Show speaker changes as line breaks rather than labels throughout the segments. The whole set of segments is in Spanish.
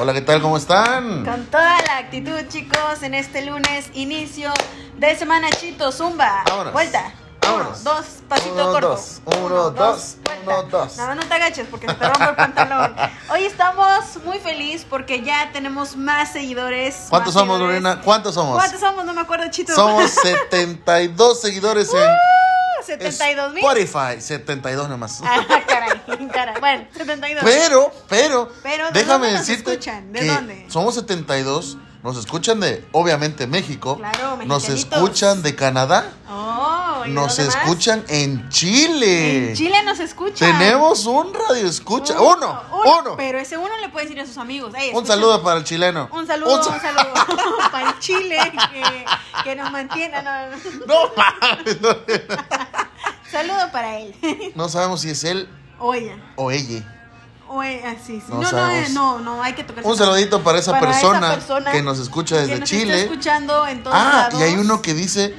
Hola, ¿qué tal? ¿Cómo están?
Con toda la actitud, chicos, en este lunes, inicio de semana, chito, zumba.
Vámonos.
Vuelta.
Vámonos.
Uno, dos, pasito
Uno,
corto.
dos. Uno, dos.
vuelta.
Uno, dos.
Nada más no te agaches porque se te rompe el pantalón. Hoy estamos muy feliz porque ya tenemos más seguidores.
¿Cuántos
más
somos,
seguidores.
Lorena? ¿Cuántos somos?
¿Cuántos somos? No me acuerdo, chito.
Somos 72 seguidores en
Uh, 72 mil.
Spotify. 72 nomás.
Ah, caray, caray. Bueno, 72.
Pero, pero,
Pero, ¿de
déjame
dónde nos
decirte
escuchan? ¿De
que
dónde?
somos 72, nos escuchan de, obviamente, México,
Claro,
nos
mexicanitos.
escuchan de Canadá,
Oh, ¿y
nos
dónde más?
escuchan en Chile.
En Chile nos escuchan.
Tenemos un radio escucha, uno, uno.
Pero ese uno le puede decir a sus amigos. "Ey,
Un
escucha-
saludo para el chileno.
Un saludo, un
sa-
saludo. para el Chile que, que nos mantiene. no, no.
No mames, no,
Saludo para él.
no sabemos si es él
O ella.
o ella.
O ella, ah, sí, sí.
No
No, no,
sabemos.
eh, no, no, hay que tocar.
Un saludito para esa,
Para esa
persona,
persona
que nos escucha
que
desde
nos
Chile.
Está escuchando en todos
ah,
lados.
y hay uno que dice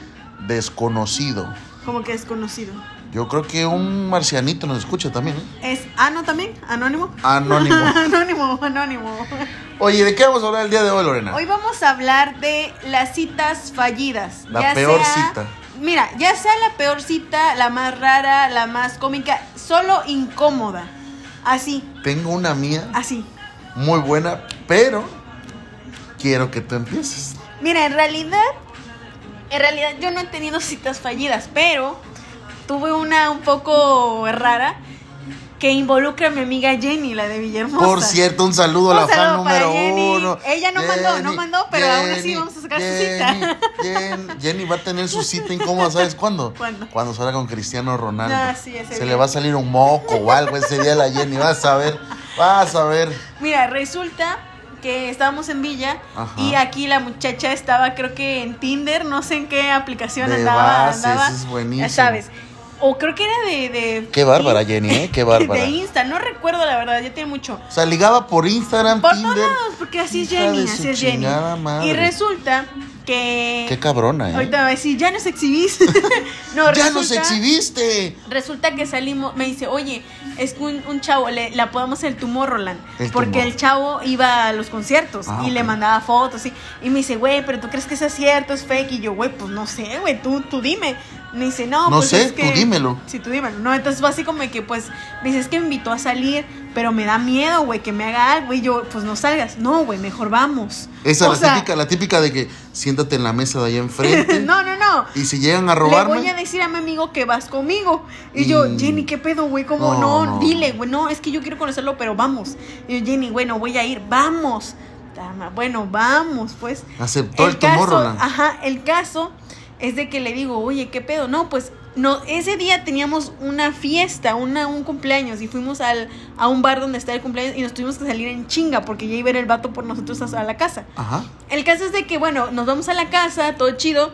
desconocido.
Como que desconocido.
Yo creo que un marcianito nos escucha también. ¿eh?
¿Es Ano también? ¿Anónimo?
Anónimo.
anónimo, anónimo.
Oye, ¿de qué vamos a hablar el día de hoy, Lorena?
Hoy vamos a hablar de las citas fallidas.
La peor cita.
Mira, ya sea la peor cita, la más rara, la más cómica, solo incómoda. Así,
Tengo una mía
así.
muy buena, pero quiero que tú empieces.
Mira, en realidad, en realidad yo no he tenido citas fallidas, pero tuve una un poco rara que involucra a mi amiga Jenny, la de Villahermosa.
Por cierto, un saludo a la
Un saludo
fan
para
número
Jenny.
uno.
Ella no mandó, no mandó, pero aún así
Jenny,
vamos a sacar su
Jenny,
cita.
Jenny, Jenny va a tener su cita incómoda, ¿sabes cuándo?
¿Cuándo?
Cuando salga con Cristiano Ronaldo.
Ah, sí, ese
Se
día.
le va a salir un moco o algo ese día a la Jenny, vas a ver, vas a ver.
Mira, resulta que estábamos en Villa
Ajá.
y aquí la muchacha estaba creo que en Tinder, no sé en qué aplicación
De
andaba,
bases,
andaba.
es buenísimo.
Ya sabes. O creo que era de, de
Qué bárbara, Jenny, ¿eh? Qué bárbara.
De Insta, no recuerdo la verdad, ya tiene mucho.
O sea, ligaba por Instagram,
Por todos
Tinder.
lados, porque así es
Hija
Jenny,
de su
así es Jenny.
chingada madre.
Y resulta que
Qué cabrona, ¿eh?
ahorita me va a decir, ya nos exhibís. no,
ya
resulta,
nos exhibiste.
Resulta que salimos, me dice, oye, es que un, un chavo, le, le apodamos el tumor, Roland,
El
porque
Tomorrow.
el chavo iba a los conciertos
Ah,
y
ok.
le mandaba fotos y, y me dice, güey, pero tú crees que eso es cierto, es fake. Y yo, güey, pues no sé, güey, tú, tú dime. Me dice, no,
No
pues
sé,
es que...
tú dímelo.
Sí, tú dímelo. No, entonces fue así como que, pues, me dice, es que me invitó a salir, pero me da miedo, güey, que me haga algo. Y yo, pues no salgas. No, güey, mejor vamos.
Esa
O
es la
sea,
típica, la típica de que siéntate en la mesa de allá enfrente.
no, no, no.
Y si llegan a
Le
robarme.
voy a decir a mi amigo que vas conmigo. Y yo,
Mm.
Jenny, ¿qué pedo, güey? ¿Cómo?
No,
No,
no.
dile, güey, no, es que yo quiero conocerlo, pero vamos. Y yo, Jenny, bueno, voy a ir, vamos. Tama, Bueno, vamos, pues.
Aceptó el,
caso,
Tomorrowland.
Ajá, el caso es de que le digo, oye, ¿qué pedo? No, pues, no, ese día teníamos una fiesta, una, un cumpleaños, y fuimos al, a un bar donde está el cumpleaños y nos tuvimos que salir en chinga porque ya iba a ir el vato por nosotros a- a la casa.
Ajá.
El caso es de que, bueno, nos vamos a la casa, todo chido.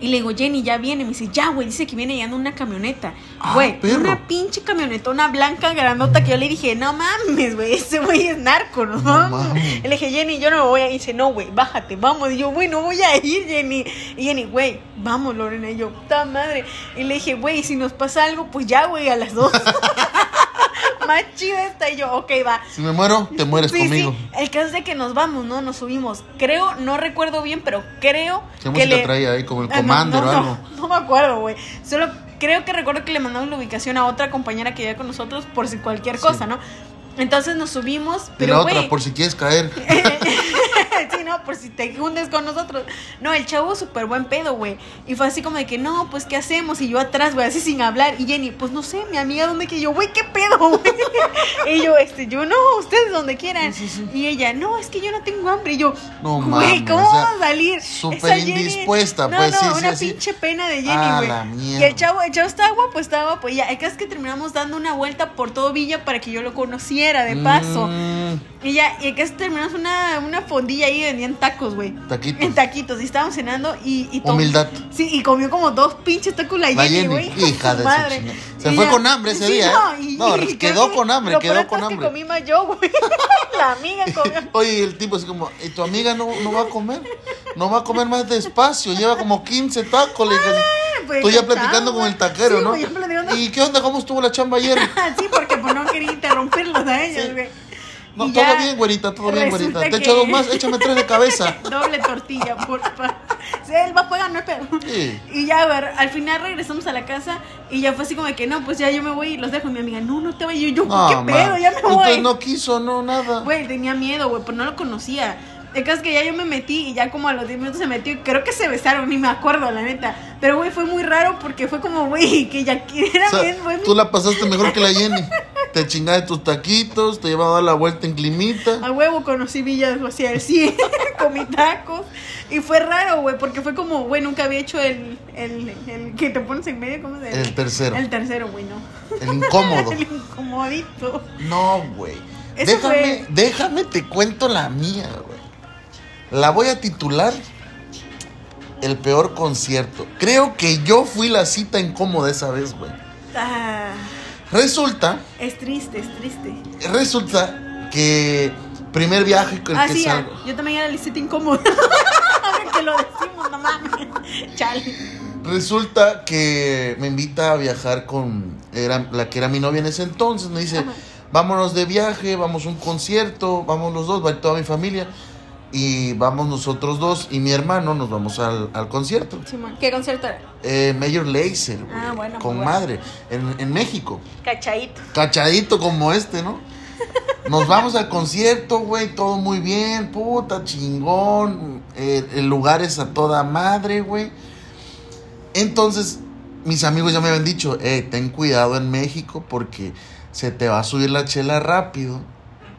Y le digo, Jenny, ya viene. Me dice, ya, güey, dice que viene llegando una camioneta.
Ah,
Güey,
perro.
una pinche camionetona blanca, grandota, que yo le dije, no mames, güey, ese güey es narco, ¿no?
No
vamos.
mames.
Le dije, Jenny, yo no me voy a ir. Dice, no, güey, bájate, vamos. Y yo, güey, no voy a ir, Jenny. Y Jenny, güey, vamos, Lorena. Y yo, puta madre. Y le dije, güey, si nos pasa algo, pues ya, güey, a las dos. Más chida está. Y yo, ok, va.
Si me muero, te mueres
Sí,
conmigo.
sí. El caso es de que nos vamos, ¿no? Nos subimos. Creo, no recuerdo bien, pero creo
¿Qué
que
música
le.
traía ahí? Como el
Ah, no,
Commander
no,
o
no,
algo.
No, me acuerdo, güey. Solo creo que recuerdo que le mandamos la ubicación a otra compañera que iba con nosotros por si cualquier
Sí.
cosa, ¿no? Entonces nos subimos,
Y
pero
la
güey.
otra, por si quieres caer.
sí, no, por si te juntes con nosotros. No, el chavo súper buen pedo, güey. Y fue así como de que, no, pues, ¿qué hacemos? Y yo atrás, güey, así sin hablar. Y Jenny, pues, no sé, mi amiga, ¿dónde que yo? Güey, ¿qué pedo, güey? y yo, este, yo, no, ustedes donde quieran.
Sí, sí,
Y ella, no, es que yo no tengo hambre. Y yo,
No
güey,
mames,
¿cómo
o sea,
vamos a salir?
súper
Esa Jenny-
indispuesta,
no,
pues,
no,
sí, sí,
una
así.
pinche pena de
Ah,
Jenny,
la
güey. Y
mierda.
el chavo, el chavo estaba guapo, estaba guapo. Y ya, el caso es que terminamos dando una vuelta por todo Villa para que yo lo conociera de paso.
Mm,
Y ya, y que terminamos una, una fondilla ahí, vendían tacos, güey.
taquito.
En taquitos, y estábamos cenando y... y to-
Humildad.
Sí, y comió como dos pinches tacos la
La
Jenny,
Jenny,
güey.
hija de su
Madre.
chingada. Se
Y
fue con hambre ese día, ¿eh? No,
creo
quedó
que
con hambre,
lo
quedó
peor
con
es
hambre.
que comí más yo, güey. la amiga comió.
Oye, el tipo así como, ¿y tu amiga no, no va a comer? No va a comer más despacio, lleva como 15 tacos. Le dije así.
Pues,
Tú ya
cansado,
platicando con
güey.
el taquero,
Sí,
¿no?
güey, yo platicando- Ah,
¿Y qué onda? ¿Cómo estuvo la chamba ayer?
sí, porque pues no quería interrumpirlos a
Sí.
ellos, güey.
No,
Y
todo
ya
bien, güerita, todo bien,
resulta
güerita. Te
que-
echo dos más, échame tres de cabeza.
Doble tortilla, por favor. Sí, él va a pagar, no hay pedo.
Sí.
Y ya, a ver, al final regresamos a la casa y ya fue así como de que no, pues ya yo me voy y los dejo. Y mi amiga, no, no te vayas. Y Yo,
No,
¿qué
man.
pedo? Ya me voy.
Entonces no quiso, no, nada.
Güey, tenía miedo, güey, pues no lo conocía. El caso es que ya yo me metí y ya como a los 10 minutos se metió y creo que se besaron, ni me acuerdo, la neta. Pero, güey, fue muy raro porque fue como, güey, que ya que era
O sea,
bien, güey.
tú la pasaste mejor que la Jenny. Te chingaste tus taquitos, te llevaba a dar la vuelta en Climita.
A huevo conocí Villa José del sí, comí tacos. Y fue raro, güey, porque fue como, güey, nunca había hecho el, el, el que te pones en medio, ¿cómo se llama?
El tercero.
El tercero, güey, no.
El incómodo.
El incomodito.
No, güey.
Eso
Déjame,
fue-
déjame te cuento la mía, güey. La voy a titular El peor concierto. Creo que yo fui la cita incómoda esa vez, güey.
Ah,
Resulta,
es triste, es triste.
resulta que primer viaje con el
Ah,
que
sí, ah,
salgo.
yo también era lisita incómoda. Ahora que lo decimos, no mames. Chale.
Resulta que me invita a viajar con era, la que era mi novia en ese entonces. Me dice,
Ajá.
vámonos de viaje, vamos a un concierto, vamos los dos, va a ir toda mi familia. Y vamos nosotros dos y mi hermano, nos vamos al, al concierto.
Simón, ¿qué concierto era?
Eh, Major Lazer, güey,
Ah, bueno,
con
muy bueno.
madre, en, en México.
Cachaito.
Cachadito como este, ¿no? Nos vamos al concierto, güey, todo muy bien, puta, chingón, eh, eh, lugares a toda madre, güey. Entonces, mis amigos ya me habían dicho, eh, ten cuidado en México porque se te va a subir la chela rápido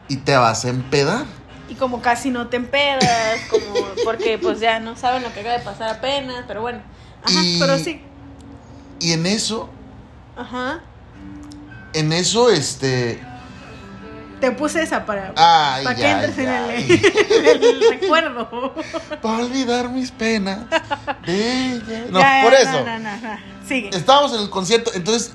y te vas a empedar.
Y como casi no te empedas, como porque pues ya no saben lo que acaba de pasar apenas, pero bueno. Ajá,
Y-
pero sí.
Y en eso,
Ajá.
en eso, este...
Te puse esa para,
Ay,
para que
ay,
entres en
ay.
el, en el recuerdo.
Para olvidar mis penas de ella. No,
Ya, ya,
por eso.
No, no, no. Sigue.
Estábamos en el concierto, entonces,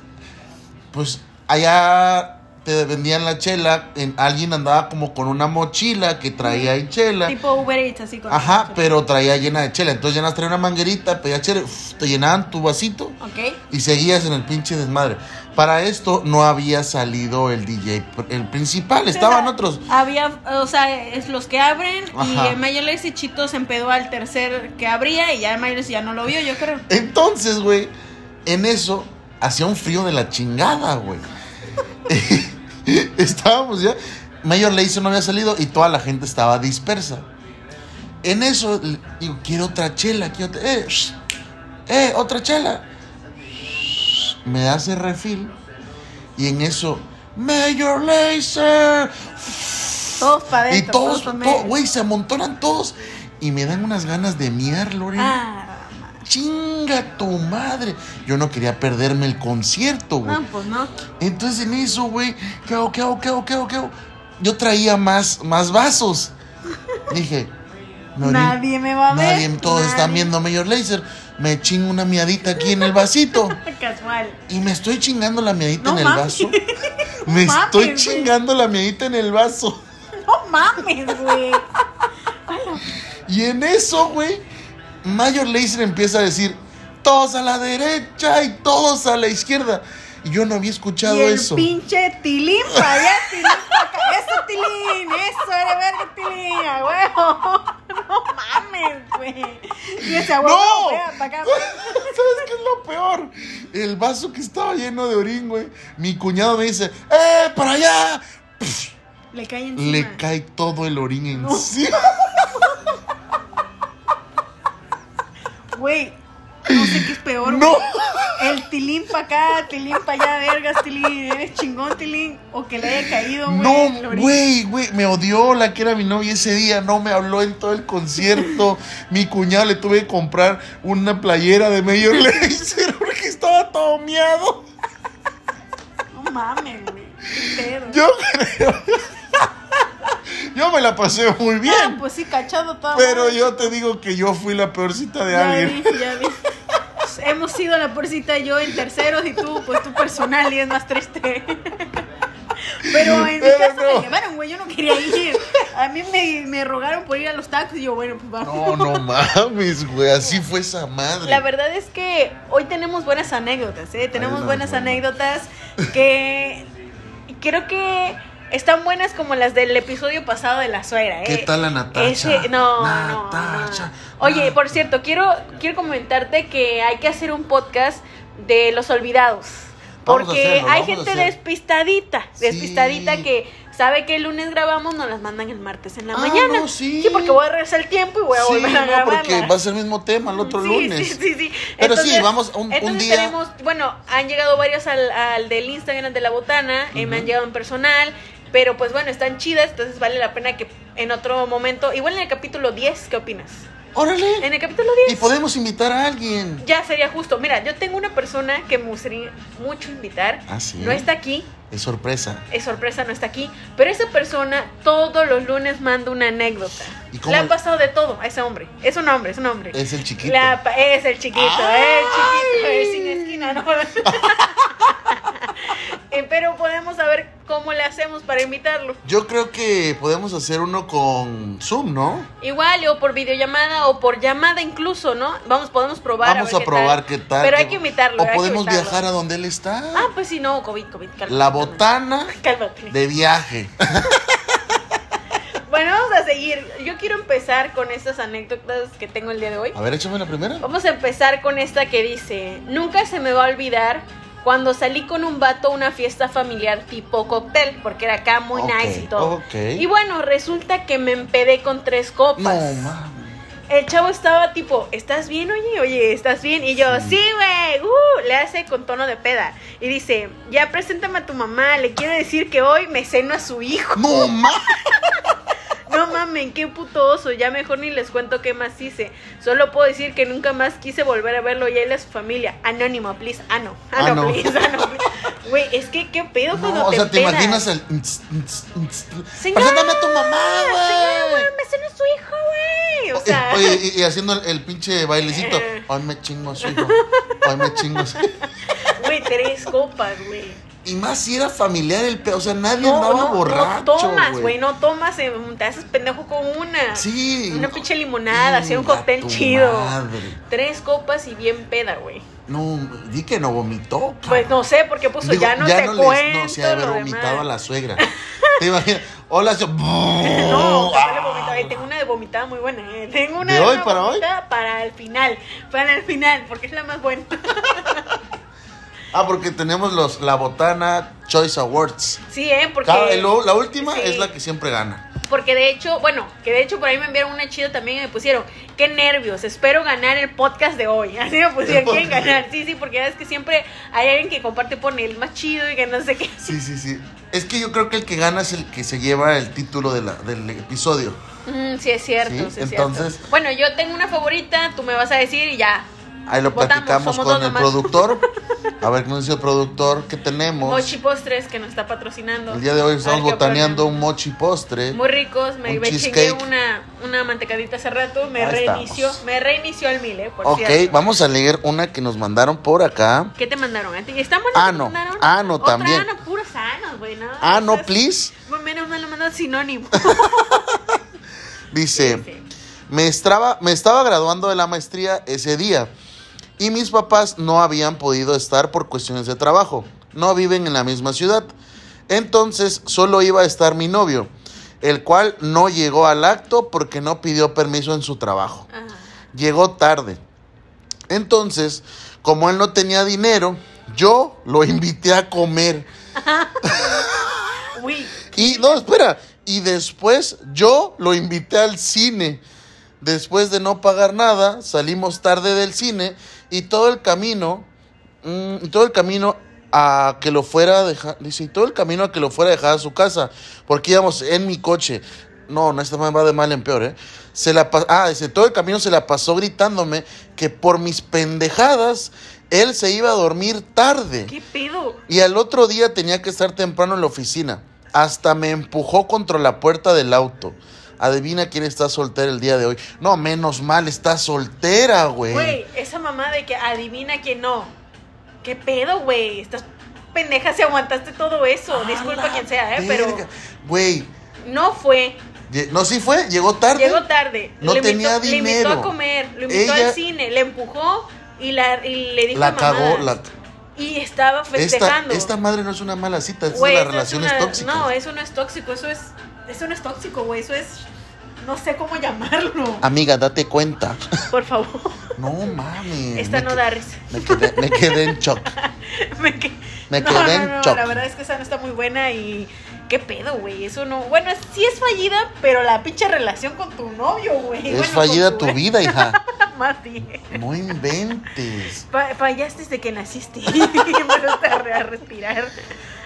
pues allá te vendían la chela, en- alguien andaba como con una mochila que traía ahí chela.
Tipo Uber Eats, así con.
Ajá, pero traía llena de chela. Entonces llenas, traía una manguerita, pedía chela, uf, te llenaban tu vasito
Ok.
y seguías en el pinche desmadre. Para esto no había salido el DJ, pr- el principal, estaban
Ajá.
otros.
Había, o sea, es los que abren
Ajá.
y Mayores y Chito se empedó al tercer que abría y ya Mayores ya no lo vio, yo creo.
Entonces, güey, en eso hacía un frío de la chingada, güey. Estábamos ya. Mayor Lazer no había salido y toda la gente estaba dispersa. En eso, le- digo, quiero otra chela, quiero otra. ¡Eh! shh, ¡Eh! ¡Otra chela! Shh, Me hace refil y en eso, Mayor Laser.
Todos para
Y
adentro.
todos,
pa'
to-
medio.
güey, se amontonan todos y me dan unas ganas de miar, Lorena.
Ah,
Chinga tu madre. Yo no quería perderme el concierto, güey.
no, pues no.
Entonces en eso, güey, ¿qué hago, qué hago, qué hago, qué hago, qué hago? Yo traía más, más vasos. Dije, me orí-
nadie me va a ver.
nadie, todos están
nadie.
viendo Mayor Laser. Me chingo una miadita aquí en el vasito.
Casual.
Y me estoy chingando la miadita
No
en el
mames.
vaso. Me
mames,
estoy
güey.
chingando la miadita en el vaso.
No mames, güey.
Y en eso, güey, Mayor Laser empieza a decir, todos a la derecha y todos a la izquierda. Y yo no había escuchado
Y el
eso.
pinche tilín para allá, tilín para acá. Eso, tilín. Eso, era verga, tilín. A huevo. No mames, güey. Y ese a huevo.
¡No!
vea, pa' acá.
¿Sabes qué es lo peor? El vaso que estaba lleno de orín, güey. Mi cuñado me dice, ¡eh, para allá!
Le cae encima.
Le cae todo el orín
No.
encima.
Güey, no sé qué es peor.
No.
güey. El tilín pa' acá, tilín pa' allá, vergas, tilín. Eres chingón, tilín. O que le haya caído, güey. en la
No,
orilla.
güey, güey, me odió la que era mi novia ese día, no me habló en todo el concierto. mi cuñado le tuve que comprar una playera de Major Lazer porque estaba todo miado.
No mames, güey. Qué pedo.
Yo creo. yo me la pasé muy
Ah,
bien.
pues sí, cachado todo.
Pero yo te digo que yo fui la peor cita de
Ya
alguien.
vi, ya vi. Pues Hemos sido la porcita yo en terceros y tú, pues tu personal y es más triste. Pero en mi
Pero
caso
no.
me llevaron, güey, yo no quería ir. A mí me, me rogaron por ir a los tacos y yo, bueno, pues vamos.
No, no mames, güey. Así fue esa madre.
La verdad es que hoy tenemos buenas anécdotas, ¿eh? Tenemos
no,
buenas
bueno.
anécdotas que creo que están buenas como las del episodio pasado de la suegra, ¿eh?
¿Qué tal la Natacha?
Ese- no, no,
Natacha,
no. Oye,
Nat-
por cierto, quiero, quiero comentarte que hay que hacer un podcast de los olvidados.
Vamos a
Porque
hacerlo, vamos
hay
a
gente
hacer.
despistadita,
Sí.
despistadita que sabe que el lunes grabamos, nos las mandan el martes en la
Ah,
mañana.
no, sí.
porque voy a regresar el tiempo y voy a
sí,
volver a
no, porque
grabarlas.
va a ser el mismo tema el otro
Sí,
lunes.
Sí, sí, sí.
Pero sí, vamos un- un
entonces
día-
tenemos- bueno, han llegado varios al, al del Instagram de la botana, eh, me han
Ujú.
llegado en personal, pero pues bueno, están chidas, entonces vale la pena que en otro momento, igual en el capítulo 10, ¿qué opinas?
Órale.
En el capítulo
Y
10
podemos invitar a alguien.
ya sería justo. Mira, yo tengo una persona que me gustaría mucho invitar,
Ah, sí.
no está aquí,
Es sorpresa.
es sorpresa, no está aquí, pero esa persona todos los lunes manda una anécdota.
¿Y cómo
Le han
le-
pasado de todo a ese hombre, es un hombre, es un hombre.
Es el chiquito.
La pa- es el chiquito,
¡Ay!
el chiquito, el sin esquina, ¿no? Eh, Pero podemos saber cómo le hacemos para invitarlo.
Yo creo que podemos hacer uno con Zoom, ¿no?
Igual, o por videollamada, o por llamada incluso, ¿no? Vamos, podemos probar.
Vamos
ver
a, probar qué tal.
Pero hay
qué-
que invitarlo.
O
hay que
podemos
invitarlo.
viajar a donde él está.
Ah, pues sí, no, COVID, COVID, cálmate.
La botana
Cálmate.
de viaje.
Bueno, vamos a seguir. Yo quiero empezar con estas anécdotas que tengo el día de hoy.
A ver, échame la primera.
Vamos a empezar con esta que dice, nunca se me va a olvidar cuando salí con un vato a una fiesta familiar tipo cóctel, porque era acá muy
Ok,
nice y todo.
ok.
Y bueno, pues, resulta que me empedé con tres copas.
No, mames.
El chavo estaba tipo, ¿estás bien, oye? Oye, ¿estás bien? Y yo,
Sí.
sí, güey, uh", le hace con tono de peda. Y dice, ya preséntame a tu mamá, le quiero decir que hoy me ceno a su hijo.
No, mames.
No mamen, qué puto oso. Ya mejor ni les cuento qué más hice. Solo puedo decir que nunca más quise volver a verlo y a él y a su familia. Anónimo, please. Ah, no. Ah,
Ah,
no,
no.
please. Ah, no, please. Güey, es que qué pedo cuando
No, o
te
sea, te
empedas?
imaginas el. ns, ns, ns.
Señora,
Preséntame a tu
Ah,
mamá,
señora,
güey. Eh,
güey, me cenó su hijo, güey. O sea,
Oye, y, y haciendo el, el pinche bailecito.
Eh.
Hoy me chingo a su hijo. Hoy me chingo a su
güey, tres copas, güey.
Y más si era familiar el pedo. O sea, nadie andaba borracho.
no tomas, güey.
güey.
No tomas, eh, te haces pendejo con una.
Sí.
Una pinche limonada, así un
Chinga
cóctel
tu
chido.
madre.
Tres copas y bien peda, güey.
No, di que no vomitó. cabrón.
Pues no sé, porque puso
Digo,
ya no te
les-
cuento.
no, se ha de
lo
haber vomitado
demás.
a la suegra. Te imaginas. Hola, Ah. se-
No, capaz le vomitó. Eh, tengo una de vomitada muy buena. eh. Tengo una
¿De hoy
una
para hoy?
vomitada Para el final. Para el final, porque es la más buena.
Ah, porque tenemos los la botana Choice Awards.
Sí, ¿eh? Porque,
Cada- lo- la última
Sí.
es la que siempre gana.
porque de hecho, bueno, que de hecho por ahí me enviaron una chida también y me pusieron, qué nervios, espero ganar el podcast de hoy. Así me pusieron, ¿quién
podcast.
ganar? Sí, sí, porque ya es que siempre hay alguien que comparte, pone el más chido y que no sé qué.
Sí, sí, sí. Es que yo creo que el que gana es el que se lleva el título de la- del episodio.
Mm, sí, es cierto,
Sí,
sí, es
entonces-
cierto. Bueno, yo tengo una favorita, tú me vas a decir y ya.
Ahí lo
Votamos,
platicamos
somos
con
dos
el
nomás.
productor. A ver, ¿qué nos dice el productor? ¿Qué tenemos?
Mochi Postres que nos está patrocinando.
El día de hoy estamos
A ver qué
botaneando
opinan.
un mochi postre.
Muy ricos, me,
un
me chingué
cheesecake.
una, una mantecadita hace rato, me
Ahí
reinició,
estamos.
me reinició el mil, eh, por
ok,
cierto.
vamos a leer una que nos mandaron por acá.
¿Qué te mandaron? ¿A ti? ¿Están buenas?
Ah,
que
no.
te mandaron?
Ah, no,
Otra,
también.
Ah, no, puros sanos, güey, no.
Ah, no,
Esas-
please.
Bueno, Menos mal lo mandan sinónimo.
Dice, me estaba, me estaba graduando de la maestría ese día y mis papás no habían podido estar por cuestiones de trabajo. No viven en la misma ciudad. Entonces solo iba a estar mi novio, el cual no llegó al acto porque no pidió permiso en su trabajo.
Ajá.
Llegó tarde. Entonces, como él no tenía dinero, yo lo invité a comer.
Uy,
Y no, espera. Y después yo lo invité al cine. Después de no pagar nada, salimos tarde del cine y todo el camino, mm, y todo el camino a que lo fuera a dejar, dice, y todo el camino a que lo fuera a dejar a su casa, porque íbamos en mi coche. No, no, esta madre va de mal en peor, ¿eh? Se la pa- ah, dice, todo el camino se la pasó gritándome que por mis pendejadas él se iba a dormir tarde.
qué pedo.
Y al otro día tenía que estar temprano en la oficina. Hasta me empujó contra la puerta del auto. Adivina quién está soltera el día de hoy. No, menos mal, está soltera, güey.
Güey, esa mamá de que adivina que no. ¿Qué pedo, güey? Estás pendeja si aguantaste todo eso.
A
Disculpa
la
quien sea, eh, pero
verga. Güey,
no fue
lle- no, sí fue, llegó tarde.
Llegó tarde.
No
Lo invitó-
tenía
Le invitó a
dinero.
comer, lo invitó
Ella-
al cine, le empujó y, la, y le dijo
la cagó,
mamadas.
la...
Y estaba
Esta,
festejando.
esta madre no es una mala cita, esta
Güey,
es de
eso
las relaciones
una-
tóxicas.
No, eso no es tóxico, eso es. Eso no es tóxico, güey. Eso es. No sé cómo llamarlo.
Amiga, date cuenta.
Por favor.
No mames.
Esta
me
no
que-
da risa.
Me quedé, me quedé en shock.
Me, que-
Me
no,
quedé
no,
en
no,
shock.
La verdad es que esa no está muy buena y. ¿Qué pedo, güey? Eso no. Bueno, sí es fallida, pero la pinche relación con tu novio, güey.
Es
Bueno, con
fallida tu
ex.
vida, hija.
Más bien.
No inventes.
Fa- fallaste desde que naciste. Empezaste a re- a respirar.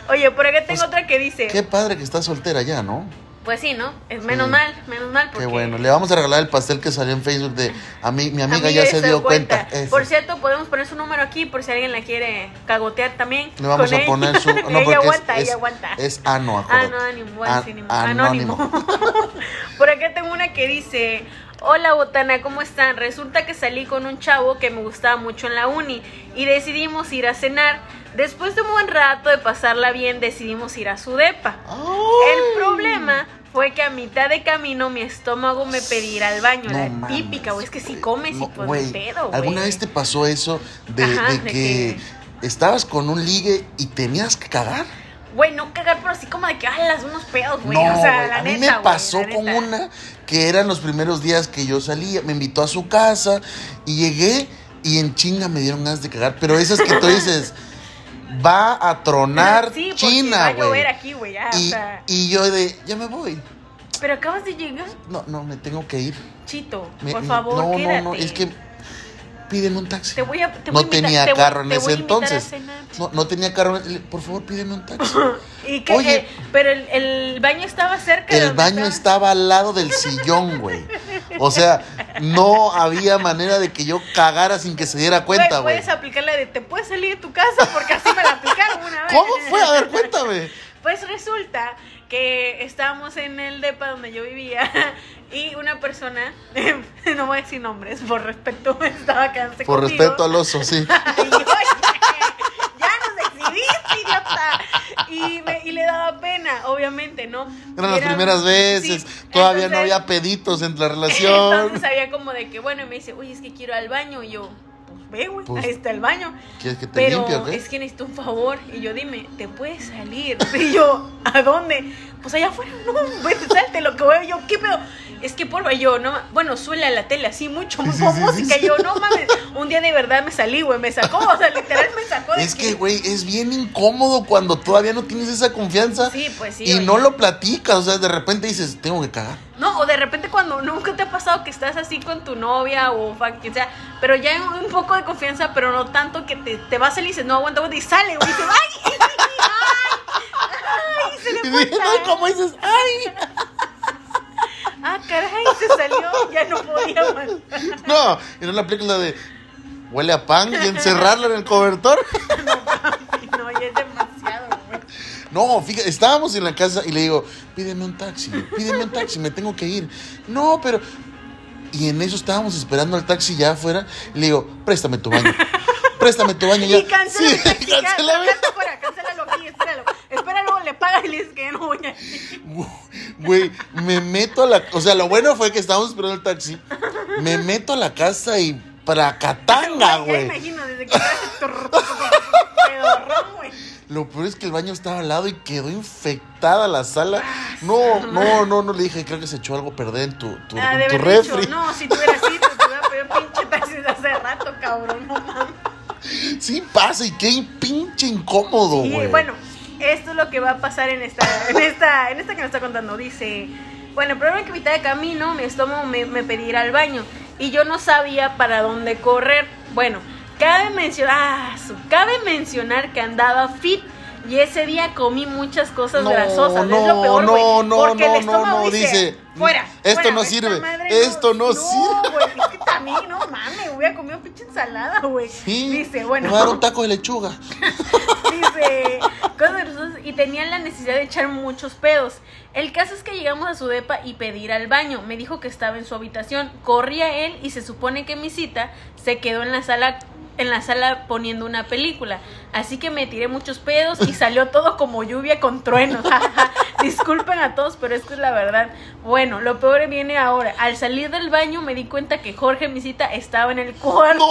Oye, por acá tengo
Pues,
otra que dice.
Qué padre que estás soltera ya, ¿no?
Pues sí, ¿no? Es menos
Sí.
mal, menos mal. Porque
Qué bueno. Le vamos a regalar el pastel que salió en Facebook de a mí, mi amiga,
Amiga
ya se dio cuenta. Ese.
Por cierto, podemos poner su número aquí por si alguien la quiere cagotear también.
Le vamos
con
a
él.
poner su.
ella
porque es-
aguanta,
es,
ella aguanta.
Es ano,
Ah,
acuérdate.
no, ánimo,
An-
ánimo, anónimo. Por acá tengo una que dice, hola Botana, ¿cómo están? Resulta que salí con un chavo que me gustaba mucho en la uni y decidimos ir a cenar. Después de un buen rato de pasarla bien, decidimos ir a su depa. El problema fue que a mitad de camino mi estómago me pedí ir al baño.
No
la
mames,
típica, güey, es que si
güey.
comes
No,
y pues
güey,
ni pedo, güey.
¿Alguna vez te pasó eso de,
Ajá,
de
de
que estabas con un ligue y tenías que cagar?
Güey, no cagar, pero así como de que alas unos pedos, güey.
no,
o sea,
güey,
la
a mí
neta,
me
güey,
pasó
la
con
neta.
una que eran los primeros días que yo salía. Me invitó a su casa y llegué y en chinga me dieron ganas de cagar. Pero esas que tú dices, va a tronar
Sí, porque va
China,
a llover
güey.
aquí, güey, ya, o
Y,
sea.
y yo de, ya me voy.
Pero acabas de llegar,
No, no, me tengo que ir.
Chito.
Me-
por
me-
favor,
no,
quédate.
no, no, es que pídeme un taxi.
Te voy a. Te
no
voy a invitar-
tenía
te voy-
carro en
te voy
ese
a invitar a
entonces.
cenar.
No, no tenía carro. Le- Por favor, pídeme un taxi.
Y que,
Oye.
eh, pero el, el baño estaba cerca. de
El
donde
baño
estaba-
estaba al lado del sillón, güey. O sea, no había manera de que yo cagara sin que se diera cuenta,
Güey,
güey.
Puedes aplicarla de. Te puedes salir de tu casa porque así me la aplicaron una vez.
¿Cómo fue? A ver, cuéntame.
Pues resulta que estábamos en el depa donde yo vivía y una persona, no voy a decir nombres, por respeto, estaba cansada.
Por respeto al oso, sí.
Y yo, ya nos exhibiste, idiota. Y, me- y le daba pena, obviamente, ¿no?
Eran
Y
las
era-
primeras veces.
sí,
Todavía no
entonces-
había peditos entre la
Entonces
relación.
sabía como de que, bueno, y me dice, uy, es que quiero ir al baño. Y yo, pues ve, güey,
Pues,
ahí está el baño.
¿Quieres que te ¿eh?
Pero
limpie o qué?
es que necesito un favor. Y yo, dime, ¿te puedes salir? Y yo, ¿a dónde? Pues allá afuera, no, vete, salte, lo que voy. Yo, ¿qué pedo? Es que por yo, no, ma- bueno, suela la tele así mucho,
sí,
con
sí,
música.
sí.
Yo, no mames, un día de verdad me salí, güey, me sacó, o sea, literal me sacó de
Es
aquí.
que, güey, es bien incómodo cuando todavía no tienes esa confianza
Sí, pues sí.
y
oye.
no lo platicas. O sea, de repente dices, tengo que cagar.
No, o de repente cuando nunca te ha pasado que estás así con tu novia o fa- quien sea, pero ya hay un poco de confianza, pero no tanto que te, te vas a salir y dices, no aguanta, aguanta, y sale, güey, y dices, ¡ay! ¡Ay! ¡Ay! Se le
Y
fue
dije, no, ¿cómo dices? ¡Ay!
¡Ah, caray! Se salió, ya no podía más.
No, y no le aplicas la de huele a pan y encerrarla en el cobertor.
No, ya es demasiado, güey.
No, fíjate, estábamos en la casa y le digo, pídeme un taxi, pídeme un taxi, me tengo que ir. No, pero. Y en eso estábamos esperando al taxi ya afuera. Y le digo, préstame tu baño. Préstame tu baño ya.
Y cancela
Sí,
el taxi, ya,
cancélame.
salte fuera, cancélalo aquí, espéralo. Espéralo, le pagas y le dices que ya no voy a ir.
Güey, me meto a la. O sea, lo bueno fue que estábamos esperando el taxi. Me meto a la casa y para catanga,
Ya me
Ah, güey.
imagino, desde que estás pedorrón, güey.
Lo peor es que el baño estaba al lado y quedó infectada la sala. No, no, no, no le dije, creo que se echó algo a perder en tu, tu,
Ah,
en
de
tu
haber dicho,
refri.
no, si tuviera sido, pues, te hubiera pedido pinche taxi desde hace rato, cabrón. No mames.
Sí pasa y qué pinche incómodo,
Y
güey.
bueno, esto es lo que va a pasar en esta, en esta, en esta que nos está contando. Dice, bueno, el problema es que a mitad de camino mi estómago me, me pedí ir al baño y yo no sabía para dónde correr. Bueno, cabe mencionar, ah, su- cabe mencionar que andaba fit. Y ese día comí muchas cosas
No,
grasosas. es
no,
lo peor, güey,
no, no,
porque
no,
el estómago
no, no,
dice,
dice,
fuera.
esto
fuera,
no
esta
sirve,
madre
esto no sirve".
No, güey, es que también, no mames, hubiera comido pinche ensalada, güey.
Sí,
Dice, bueno.
me va a dar un taco de lechuga.
Dice, cosas vergonzosas, y tenían la necesidad de echar muchos pedos. El caso es que llegamos a su depa y pedir al baño. Me dijo que estaba en su habitación. Corrí a él y se supone que mi cita se quedó en la sala en la sala poniendo una película. Así que me tiré muchos pedos y salió todo como lluvia con truenos. Disculpen a todos, pero es que es la verdad. Bueno, lo peor viene ahora. Al salir del baño me di cuenta que Jorge Misita estaba en el cuarto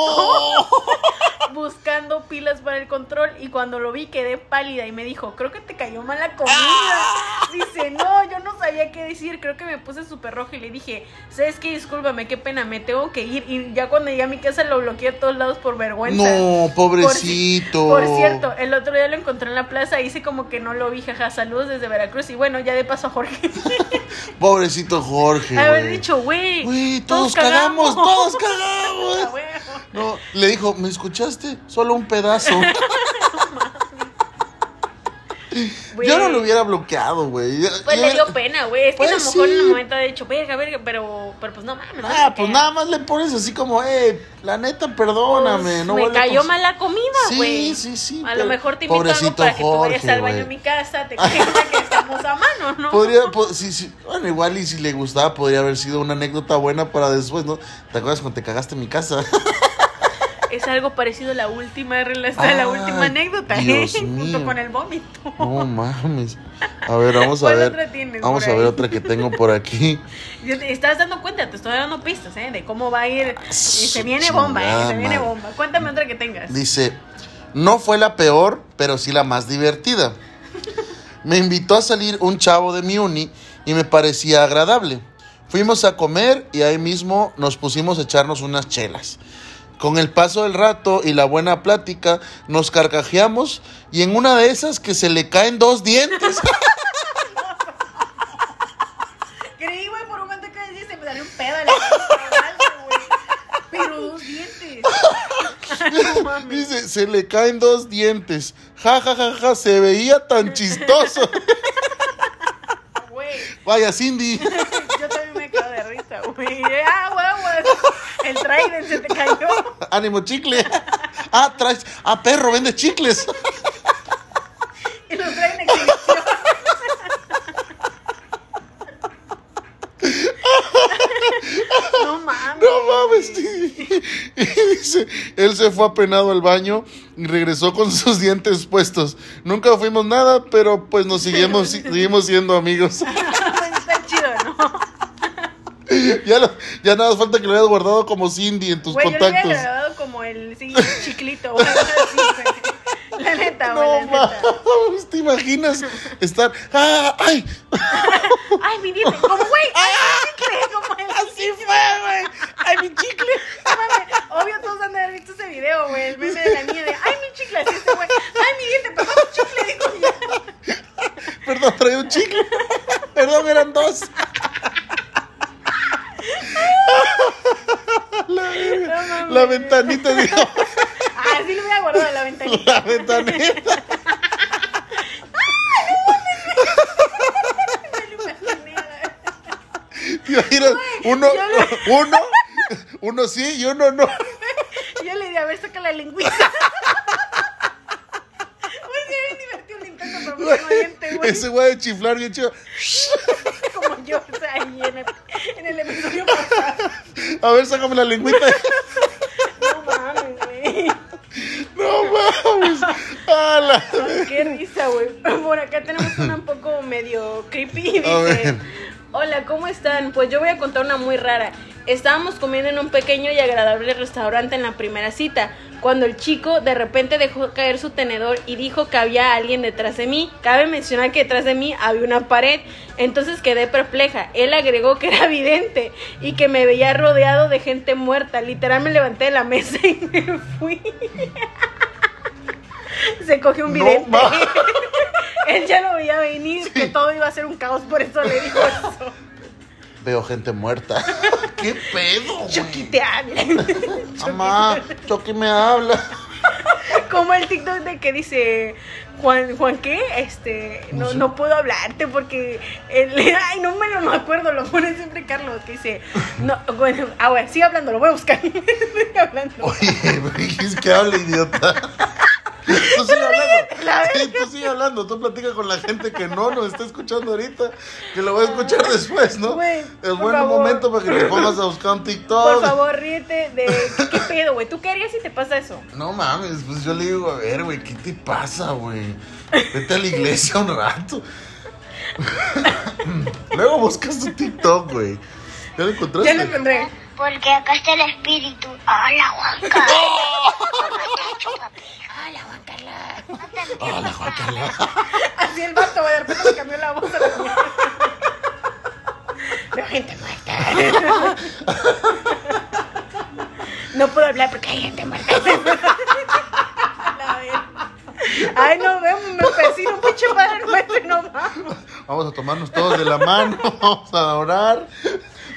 buscando pilas para el control y cuando lo vi quedé pálida y me dijo, creo que te cayó mal la comida.
Ah.
Dice, no, yo no sabía qué decir, creo que me puse súper rojo y le dije, ¿sabes qué? Discúlpame, qué pena, me tengo que ir. Y ya cuando llegué a mi casa lo bloqueé a todos lados por vergüenza.
No, pobrecito.
Por, por cierto, el otro día lo encontré en la plaza, hice como que no lo vi, jaja, saludos desde Veracruz y bueno, ya de paso a Jorge.
Pobrecito Jorge.
Haber
güey.
dicho, güey.
Güey, todos, cagamos, todos cagamos. No, le dijo, ¿me escuchaste? Solo un pedazo. Yo no lo hubiera bloqueado, güey.
Pues
Ya-
le dio pena, güey. Es que a lo
Pues
mejor en el
sí.
momento ha dicho, verga, verga, pero, pero pues no mames.
Ah,
¿no?
pues
Que-
nada más le pones así como, eh, la neta, perdóname.
pues,
no
me
vuelvo a
cayó
cons-
mala comida,
Sí,
güey.
sí, sí,
A
pero-
lo mejor te invito algo
pobrecito
para que tú vayas
Jorge,
al baño
güey. Pues-
en mi casa, te creas que estamos a mano, ¿no?
Podría, po- sí, sí. Bueno, igual y si le gustaba, podría haber sido una anécdota buena para después, ¿no? ¿Te acuerdas cuando te cagaste en mi casa?
Es algo parecido a la última relación, a la
Ah,
última anécdota,
Dios
¿eh?
mío.
Junto con el vómito.
No mames. A ver, vamos a
¿Cuál
ver.
otra tienes
vamos
por
a ver
ahí?
otra que tengo por aquí.
Ya te estás dando cuenta, te estoy dando pistas, ¿eh? De cómo va a ir. Y se viene
chingada
bomba, ¿eh? Se viene
madre.
bomba. Cuéntame otra que tengas.
Dice, no fue la peor, pero sí la más divertida. Me invitó a salir un chavo de mi uni y me parecía agradable. Fuimos a comer y ahí mismo nos pusimos a echarnos unas chelas. Con el paso del rato y la buena plática nos carcajeamos y en una de esas que se le caen dos dientes.
Creí, güey, por un momento que decís, se me salió un pedo en la cara, güey. Pero dos dientes. No mames.
Dice, se le caen dos dientes. Ja, ja, ja, ja, se veía tan chistoso.
Güey.
Vaya, Cindy.
Yo también me quedo de risa, güey. Ah, güey, güey. El Trident se te cayó.
Ánimo chicle. Ah, traes. Ah, perro, vende chicles.
Y los traen en exhibición. No mames.
No mames. Y dice, él se fue apenado al baño y regresó con sus dientes puestos. Nunca fuimos nada, pero pues nos seguimos, seguimos siendo amigos.
Está chido, ¿no?
Ya, lo- ya nada más falta que lo hayas guardado como Cindy en tus
Güey, yo lo hubiera
contactos.
grabado como el sí, chiclito, güey. Así, güey. La neta, güey,
No
la neta.
mames, ¿te imaginas estar? ¡Ah! ¡Ay!
Ay, mi diente, como güey, ay, mi chicle, como el
¡Así fue, güey! ¡Ay, mi chicle!
No mames, Obvio todos han de haber visto ese video, güey, el meme de la niña de, ay, mi chicle, así este güey, ay, mi diente, perdón, mi chicle, digo yo.
Perdón, traía un chicle. Perdón, eran dos. La, verga.
No mames.
La ventanita, digo.
Ah, sí lo hubiera guardado en la ventanita.
La ventanita.
Me lo imaginé, güey.
Te imaginas, uno, uno, uno sí y uno no.
Yo le di a ver, saca la lengüita. Güey, sería bien divertido un intento, pero pues, muy valiente, güey.
Ese güey de chiflar bien chido.
Como yo, o sea, ahí en el, en el episodio pues, pasado.
A ver, sácame la lengüita.
No mames, güey.
No mames. A la
Qué risa, güey. Por acá tenemos una un poco medio creepy.
A
Dice:
ver.
Hola, ¿cómo están? Pues yo voy a contar una muy rara. Estábamos comiendo en un pequeño y agradable restaurante en la primera cita, cuando el chico de repente dejó caer su tenedor y dijo que había alguien detrás de mí. Cabe mencionar que detrás de mí había una pared, entonces quedé perpleja. Él agregó que era vidente y que me veía rodeado de gente muerta. Literal me levanté de la mesa y me fui. Se cogió un
No
vidente.
mames.
Él ya lo veía venir, que todo iba a ser un caos, por eso le dijo eso.
Veo gente muerta. ¿Qué pedo,
Chucky
güey?
te habla.
Mamá, Chucky me habla.
Como el TikTok de que dice Juan, Juan qué, este,
No
no,
sé.
no puedo hablarte porque él, ay, no me lo no acuerdo, lo pone siempre Carlos, que dice, no, bueno, ah, bueno, sigue hablando, lo voy a buscar. sigue hablando.
Oye, me dijiste que hable, idiota. Tú sigue hablando. Sí, tú sigue hablando. Tú platica con la gente que no nos está escuchando ahorita, que lo va a escuchar después, ¿no?
Güey,
es
por
buen
favor.
momento para que te pongas a buscar un TikTok.
Por favor, ríete de. ¿Qué, qué pedo, güey? ¿Tú qué harías si te pasa eso?
No mames, pues yo le digo, a ver, güey, ¿qué te pasa, güey? Vete a la iglesia un rato. Luego buscas tu TikTok, güey. ¿Ya lo
Ya
encontraste?
lo encontré.
Porque acá está el espíritu. ¡Hola, Juanca! ¡Hola, Juan Carlos! No te entiendo,
Hola, Juan Carlos.
Así el vato, güey, de repente le cambió la voz a la mujer.
Veo gente muerta. No puedo hablar porque hay gente muerta.
La verga. Ay, no, veo, me persino un pinche padre nuestro y no vamos.
Vamos a tomarnos todos de la mano, vamos a orar.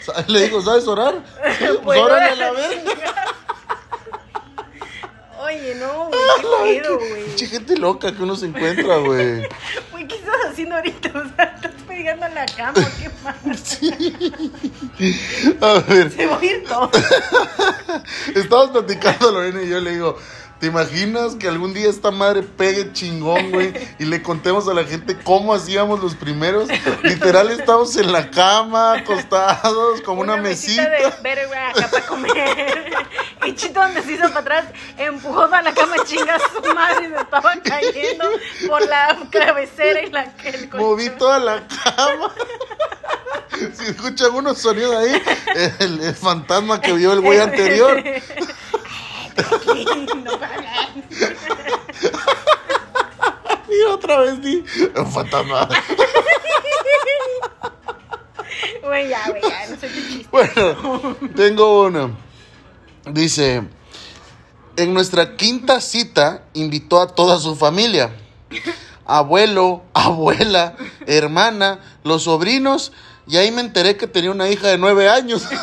Sa- Le digo, ¿sabes orar? Sí, pues órale a la verga.
Oye, no, güey, qué pedo, güey.
Pinche gente loca que uno se encuentra, güey.
Güey, ¿qué estás haciendo ahorita? O sea, estás pegando a la cama, qué mal.
A ver.
Se va a ir todo.
Estábamos platicando Lorena y yo le digo, ¿te imaginas que algún día esta madre pegue chingón, güey? Y le contemos a la gente cómo hacíamos los primeros. Literal, estábamos en la cama, acostados, como una, mesita.
mesita de verga acá para comer. Y Chito, donde se hizo para atrás, empujó a la cama chinga a su madre y se estaba cayendo por la cabecera y la que el colchón.
Moví toda la cama. Si escuchan unos sonidos ahí, el, el fantasma que vio el güey anterior.
No va a hablar.
Y otra vez di, un fantasma.
Güey, ya, güey, ya, no sé qué chiste.
Bueno, tengo una. Dice, en nuestra quinta cita invitó a toda su familia. Abuelo, abuela, hermana, los sobrinos, y ahí me enteré que tenía una hija de nueve años.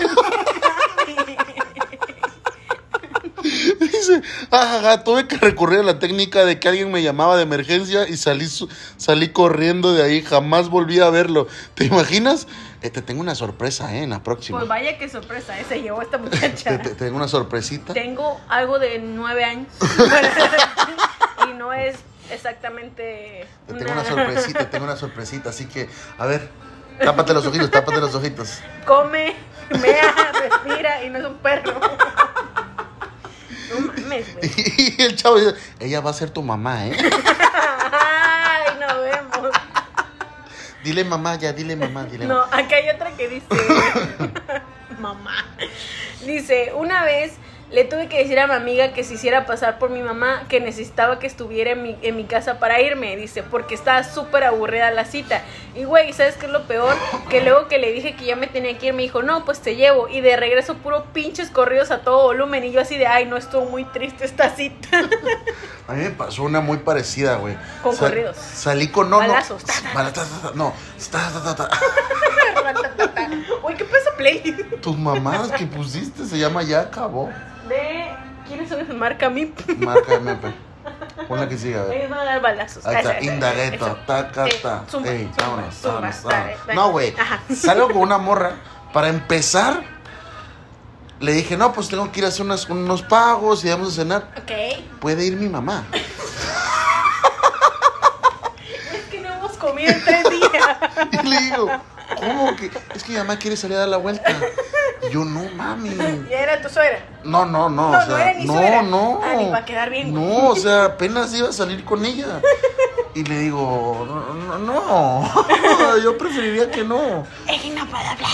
Dice, ajaja, tuve que recurrir a la técnica de que alguien me llamaba de emergencia y salí, su- salí corriendo de ahí, jamás volví a verlo. ¿Te imaginas? Eh, te tengo una sorpresa, ¿eh? En la próxima.
Pues vaya que sorpresa, esa llevó esta
Te,
muchacha.
te- tengo una sorpresita.
Tengo algo de nueve años. y no es exactamente.
Te tengo una sorpresita, te tengo una sorpresita. Así que, a ver, tápate los ojitos, tápate los ojitos.
Come, mea, respira y no es un perro. No mames, güey.
Y el chavo dice, ella va a ser tu mamá, ¿eh?
Ay, nos vemos.
Dile mamá, ya, dile mamá, dile
No,
mamá.
acá hay otra que dice. mamá. Dice, una vez le tuve que decir a mi amiga que se hiciera pasar por mi mamá que necesitaba que estuviera en mi, en mi casa para irme. Dice, porque estaba súper aburrida la cita. Y güey, ¿sabes qué es lo peor? Que luego que le dije que ya me tenía que ir, me dijo, no, pues te llevo. Y de regreso, puro pinches corridos a todo volumen. Y yo así de, ay, no, estuvo muy triste esta cita.
A mí me pasó una muy parecida, güey.
Con
Sa-
corridos.
Salí con no, no.
Balazos. Ta,
Bala- ta, ta, ta, no. Ta, ta, ta, ta.
Uy, ¿qué pasa, Play?
Tus mamás que pusiste se llama Ya acabó.
De, ¿quiénes son esos marca MIP?
Marca MP. Pon la que sigue, a ver.
Ellos van a dar balazos.
Ahí está,
Eso, eso,
indagueto,
eso.
ta, ta,
Eh,
ta.
zumba,
Ey,
zumba,
vámonos,
zumba,
vámonos,
dale,
vámonos.
dale.
No, güey,
Ajá.
salgo con una morra. Para empezar, le dije, no, pues tengo que ir a hacer unas- unos pagos y vamos a cenar.
Ok.
Puede ir mi mamá.
Es que no hemos comido en tres días.
Y le digo, ¿cómo que? Es que mi mamá quiere salir a dar la vuelta. Y yo, no, mami.
ya era tu suegra.
No, no, no.
No,
o sea,
no era ni
no,
suegra.
no.
Ah, ni pa' quedar bien, güey.
No, o sea, apenas iba a salir con ella. Y le digo, no, no, no. yo preferiría que no.
Es que no puedo hablar.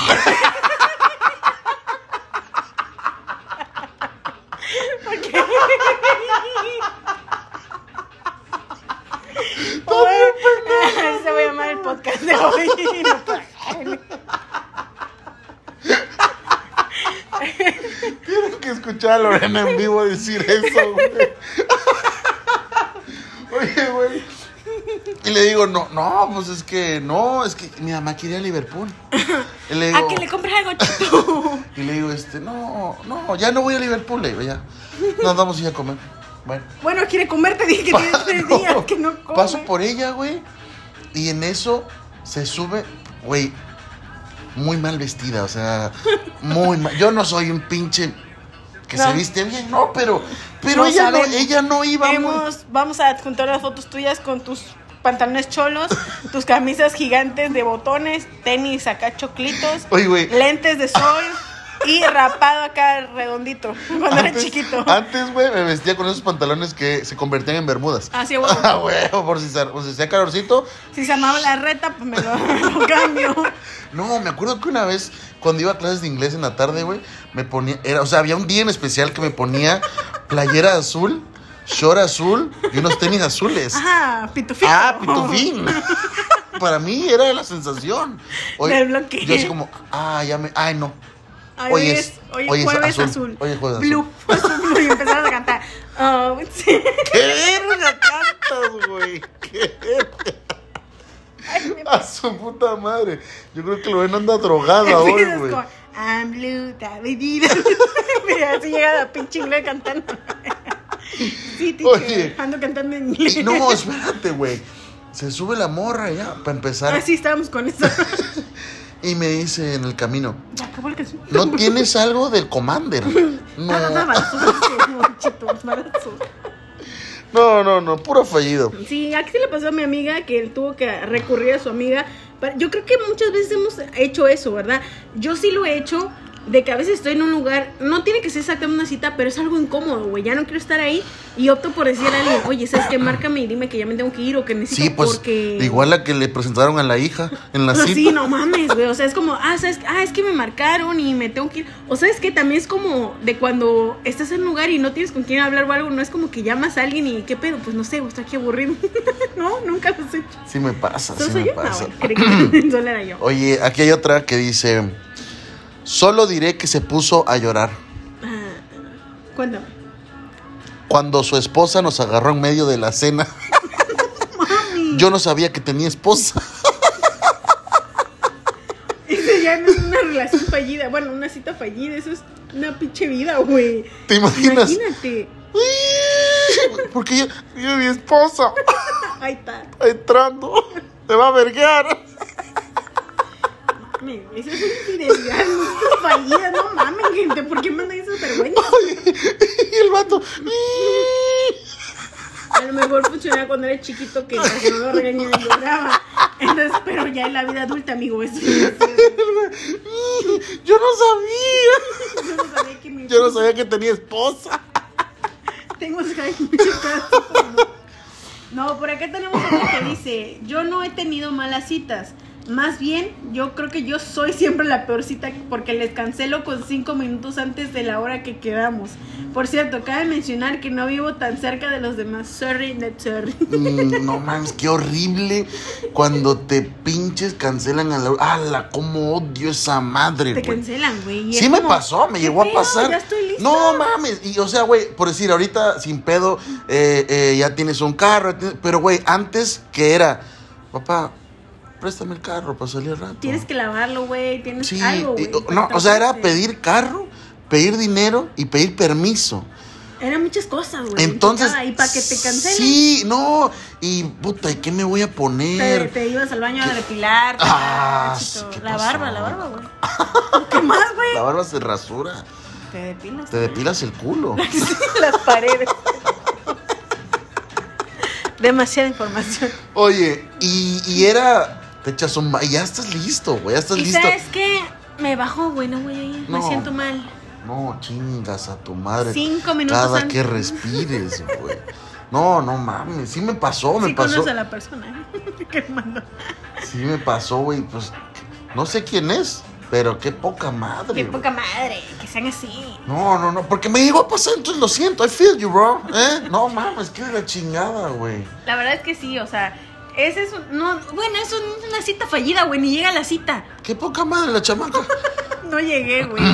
Pobre pendejo. Se va a llamar el podcast de hoy. No puedo hablar.
Tienes que escuchar a Lorena en vivo decir eso, güey. Oye, güey. Y le digo, no, no, pues es que no, es que mi mamá quiere ir a Liverpool. Y le digo,
¿A que le compres algo, chito?
y le digo, este, no, no, ya no voy a Liverpool, le digo, ya. Nos vamos a ir a comer. Bueno.
Bueno, quiere comerte. Dije que tienes tres
No,
días que no comes.
Paso por ella, güey. Y en eso se sube, güey, muy mal vestida, o sea, muy mal. Yo no soy un pinche que
No.
se viste bien, no, pero, pero
No
ella, no,
sabemos.
ella no iba muy...
Hemos- Vamos a adjuntar las fotos tuyas con tus pantalones cholos, tus camisas gigantes de botones, tenis acá choclitos,
Oye, güey.
lentes de sol y rapado acá redondito cuando era chiquito.
Antes, güey, me vestía con esos pantalones que se convertían en bermudas.
Así, bueno.
Ah, güey, por si, se- por si hacía calorcito.
Si se amaba la reta, pues me lo, lo cambio.
No, me acuerdo que una vez, cuando iba a clases de inglés en la tarde, güey, me ponía, era, o sea, había un día en especial que me ponía playera azul, short azul y unos tenis azules.
Ah, pitufito.
Ah, pitufín. Para mí era la sensación.
Del bloque.
Yo así como, ah, ya me, ay no.
Ay,
Hoy
hoy
es-
es, hoy es
hoy es
jueves
azul.
azul.
Hoy es jueves azul.
Blue, azul, blue. Y empezaron a cantar. Ah, sí.
¡Qué verga cantas, güey! ¡Qué verga!
Ay, me
A su puta madre. Yo creo que lo ven anda drogado ahora,
Empiezas
güey.
con I'm blue, da, di, di, da. Mira, así llega la pinche inglés cantando. Sí, teacher,
Oye.
Ando cantando
Y
en inglés.
No, espérate, güey. Se sube la morra ya, para empezar.
Así estábamos con eso.
Y me dice en el camino,
Ya acabó la canción.
¿no tienes algo del Commander?
Ah, no, no,
No,
balazos, muchitos, balazos.
no, no, no, puro fallido.
Sí, aquí se le pasó a mi amiga que él tuvo que recurrir a su amiga. para- Yo creo que muchas veces hemos hecho eso, ¿verdad? Yo sí lo he hecho, de que a veces estoy en un lugar, no tiene que ser exactamente una cita, pero es algo incómodo, güey. Ya no quiero estar ahí y opto por decirle a alguien, oye, ¿sabes qué? Márcame y dime que ya me tengo que ir o que necesito
Sí, pues,
porque...
igual la que le presentaron a la hija en la
No,
cita.
sí, no mames, güey. O sea, es como, ah, ¿sabes? ah, es que me marcaron y me tengo que ir. O sea, es que también es como de cuando estás en un lugar y no tienes con quién hablar o algo, no es como que llamas a alguien y qué pedo, pues no sé, güey, estoy aquí aburrido. no, nunca lo he hecho.
Sí me pasa,
¿Solo
sí
soy
me
yo?
pasa.
No, güey, creí que solo era yo.
Oye, aquí hay otra que dice, solo diré que se puso a llorar
Ah, cuéntame.
cuando su esposa nos agarró en medio de la cena. Yo no sabía que tenía esposa.
Eso ya no es una relación fallida. Bueno, una cita fallida, eso es una pinche vida, güey.
¿Te imaginas?
Imagínate.
Porque yo, yo mi esposa
Ahí está.
entrando te va a verguear.
Mami, Esa es infidelidad, no es fallida. No mames, gente, ¿por qué me andan esas vergüenzas?
Y el vato. "Mm".
A lo mejor funcionaba cuando era chiquito que no lo regañaba y lloraba. Entonces, pero ya en la vida adulta, amigo, es. Yo
Yo no sabía.
no sabía que mi.
Yo no sabía que tenía esposa.
Tengo Skype. No, por acá tenemos otra que dice: Yo no he tenido malas citas. Más bien, yo creo que yo soy siempre la peor cita porque les cancelo con cinco minutos antes de la hora que quedamos. Por cierto, cabe mencionar que no vivo tan cerca de los demás. Sorry, not sorry.
Mm, No mames, qué horrible cuando te pinches cancelan a la. ¡Hala! ¿Cómo odio esa madre,
Te
güey!
cancelan, güey. y es
Sí me
como,
pasó, me
¿qué
llegó a
pedo?
pasar.
Ya estoy lista.
No mames. Y o sea, güey, por decir, ahorita sin pedo, eh, eh, ya tienes un carro. ya tienes- Pero, güey, antes que era, papá, préstame el carro para salir al rato.
Tienes que lavarlo, güey. Tienes
Sí,
algo,
y-
güey.
o- no, o sea, era
Exactamente.
pedir carro, pedir dinero y pedir permiso.
Eran muchas cosas, güey.
Entonces.
Ah, Y para que te cancelen.
Sí, no. Y puta, ¿y qué me voy a
Te,
poner?
te ibas al baño a depilar.
Ah, ¿qué
la
pasó?
barba, la barba, güey. ¿Qué más, güey?
La barba se rasura.
Te depilas.
Te depilas el culo.
Las paredes. Demasiada información.
Oye, y, y era. Te echas un. ba- Ya estás listo, güey. Ya estás
¿Y
listo.
sabes qué? Me bajó, güey, no voy a ir.
No.
Me siento mal.
No, chingas a tu madre.
Cinco minutos
Cada
antes.
que respires, güey. No, no mames. Sí me pasó, me
sí
pasó.
conoces a la persona ¿eh? que mandó.
Sí me pasó, güey. Pues no sé quién es, pero qué poca madre.
Qué
güey.
poca madre, que sean así.
No, no, no, porque me llegó a pasar, entonces lo siento, I feel you, bro. ¿Eh? No mames, que de la chingada, güey.
La verdad es que sí, o sea, ese es un, no, bueno, eso no es una cita fallida, güey, ni llega la cita.
Qué poca madre la chamaca.
No llegué, güey.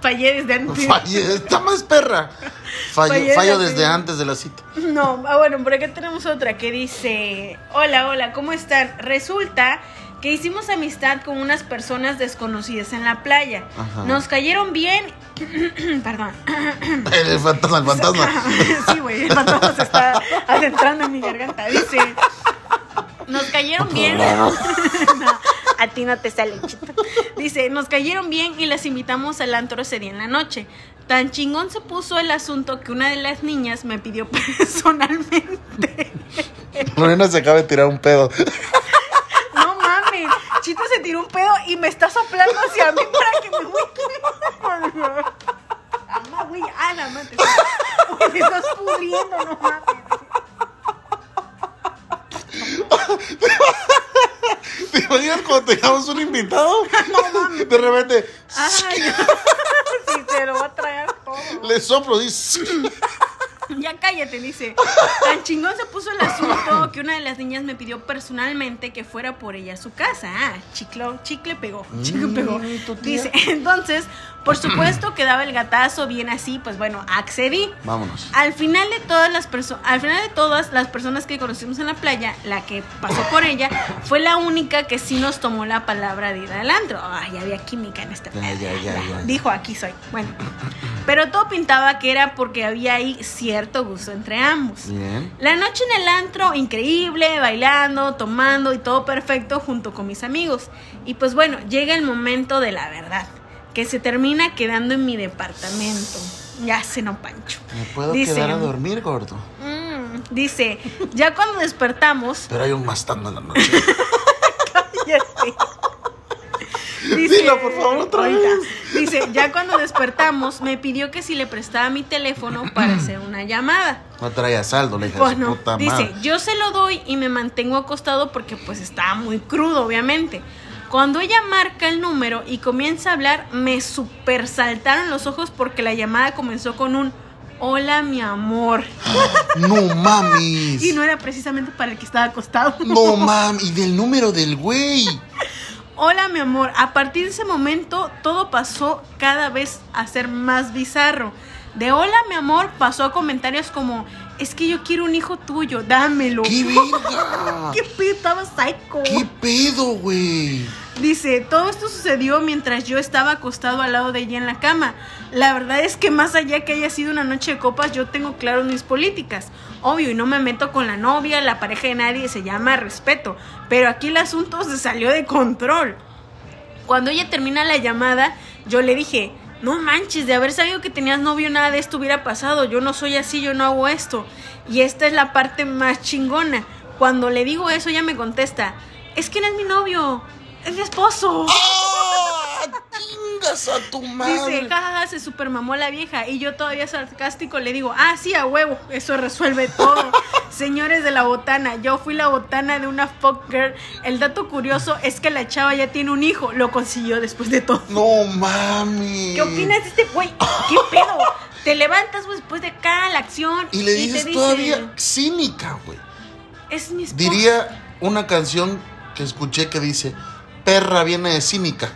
Fallé desde antes.
Fallé, está más perra. Fallo,
Fallé
fallo
la
desde
primera.
antes de la cita.
No, ah, bueno, por acá tenemos otra que dice, hola, hola, ¿cómo están? Resulta que hicimos amistad con unas personas desconocidas en la playa.
Ajá.
Nos cayeron bien, perdón.
El fantasma, el fantasma.
sí, güey, el fantasma se está adentrando en mi garganta. Dice, nos cayeron bien. No, a ti no te sale chito. Dice, nos cayeron bien y las invitamos al antro ese día en la noche. Tan chingón se puso el asunto que una de las niñas me pidió personalmente.
Lorena se acaba de tirar un pedo.
No mames, Chito se tiró un pedo y me está soplando hacia mí para que me voy Mamá, güey, a la madre. Güey, Te estás pudriendo, no mames.
¿Te imaginas cuando tengamos un invitado? De repente
Ay, si te lo va a traer todo.
le soplo, dice.
Ya cállate, dice. Tan chingón se puso el asunto que una de las niñas me pidió personalmente que fuera por ella a su casa. Ah, chiclo, chicle pegó, chicle
Mm,
pegó.
tu tía.
Dice, entonces, por supuesto que daba el gatazo bien así, pues bueno, accedí.
Vámonos.
Al final de todas las personas, al final de todas las personas que conocimos en la playa, la que pasó por ella fue la única que sí nos tomó la palabra de ir al antro. Ay, había química en esta.
Ya, ya, ya, ya.
Dijo, "Aquí soy." Bueno, pero todo pintaba que era porque había ahí cierto gusto entre ambos.
Bien.
La noche en el antro, increíble, bailando, tomando y todo perfecto junto con mis amigos. Y pues bueno, llega el momento de la verdad, que se termina quedando en mi departamento. Ya se no pancho.
¿Me puedo
Dice,
quedar a dormir, gordo?
Mm, dice, ya cuando despertamos,
Pero hay un mastando en la noche.
ya sé.
Dilo, por favor, otra
Ahorita.
vez.
Dice, ya cuando despertamos, me pidió que si le prestaba mi teléfono para hacer una llamada.
No traía saldo, le dije a su
Bueno,
puta
Pues dice,
madre.
yo se lo doy y me mantengo acostado porque pues estaba muy crudo, obviamente. Cuando ella marca el número y comienza a hablar, me super saltaron los ojos porque la llamada comenzó con un hola mi amor.
No mames.
Y no era precisamente para el que estaba acostado.
No mames. Y del número del güey.
Hola mi amor, a partir de ese momento todo pasó cada vez a ser más bizarro. De hola mi amor pasó a comentarios como, es que yo quiero un hijo tuyo, dámelo.
¡Qué verga!
¿Qué pedo? Estaba psycho.
¿Qué pedo, güey?
Dice, todo esto sucedió mientras yo estaba acostado al lado de ella en la cama. La verdad es que más allá que haya sido una noche de copas, yo tengo claro mis políticas. Obvio, y no me meto con la novia, la pareja de nadie, se llama respeto. Pero aquí el asunto se salió de control. Cuando ella termina la llamada, yo le dije, no manches, de haber sabido que tenías novio, nada de esto hubiera pasado. Yo no soy así, yo no hago esto. Y esta es la parte más chingona. Cuando le digo eso, ella me contesta, es que no es mi novio, es mi esposo.
¡Ah! ¡Chingas a tu
Dice,
madre!
jajaja, se supermamó la vieja. Y yo todavía sarcástico le digo, ah, sí, a huevo, eso resuelve todo. Señores de la botana, yo fui la botana de una fuck girl. El dato curioso es que la chava ya tiene un hijo, lo consiguió después de todo.
No mames.
¿Qué opinas de este güey? ¿Qué pedo? Te levantas güey, después de cada la acción
Y le
te
dices
dice,
todavía cínica, güey.
Es mi esposo.
Diría una canción que escuché que dice, perra viene de cínica.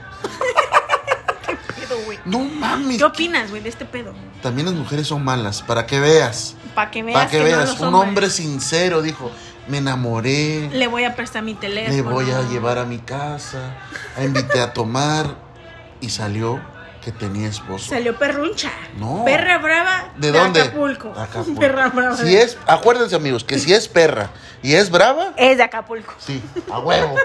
¿Qué pedo, güey?
No mames.
¿Qué opinas, güey, de este pedo?
También las mujeres son malas, para que veas.
Para que veas
Para que
no
veas.
los
Un
hombres-
hombre sincero dijo, me enamoré.
Le voy a prestar mi teléfono.
Le voy a llevar a mi casa. La invité a tomar. Y salió que tenía esposo.
Salió perruncha.
No.
Perra brava
¿De dónde?
Acapulco.
De Acapulco.
Perra brava.
Si es, acuérdense amigos, que si es perra y es brava,
Es de Acapulco.
sí, a huevo.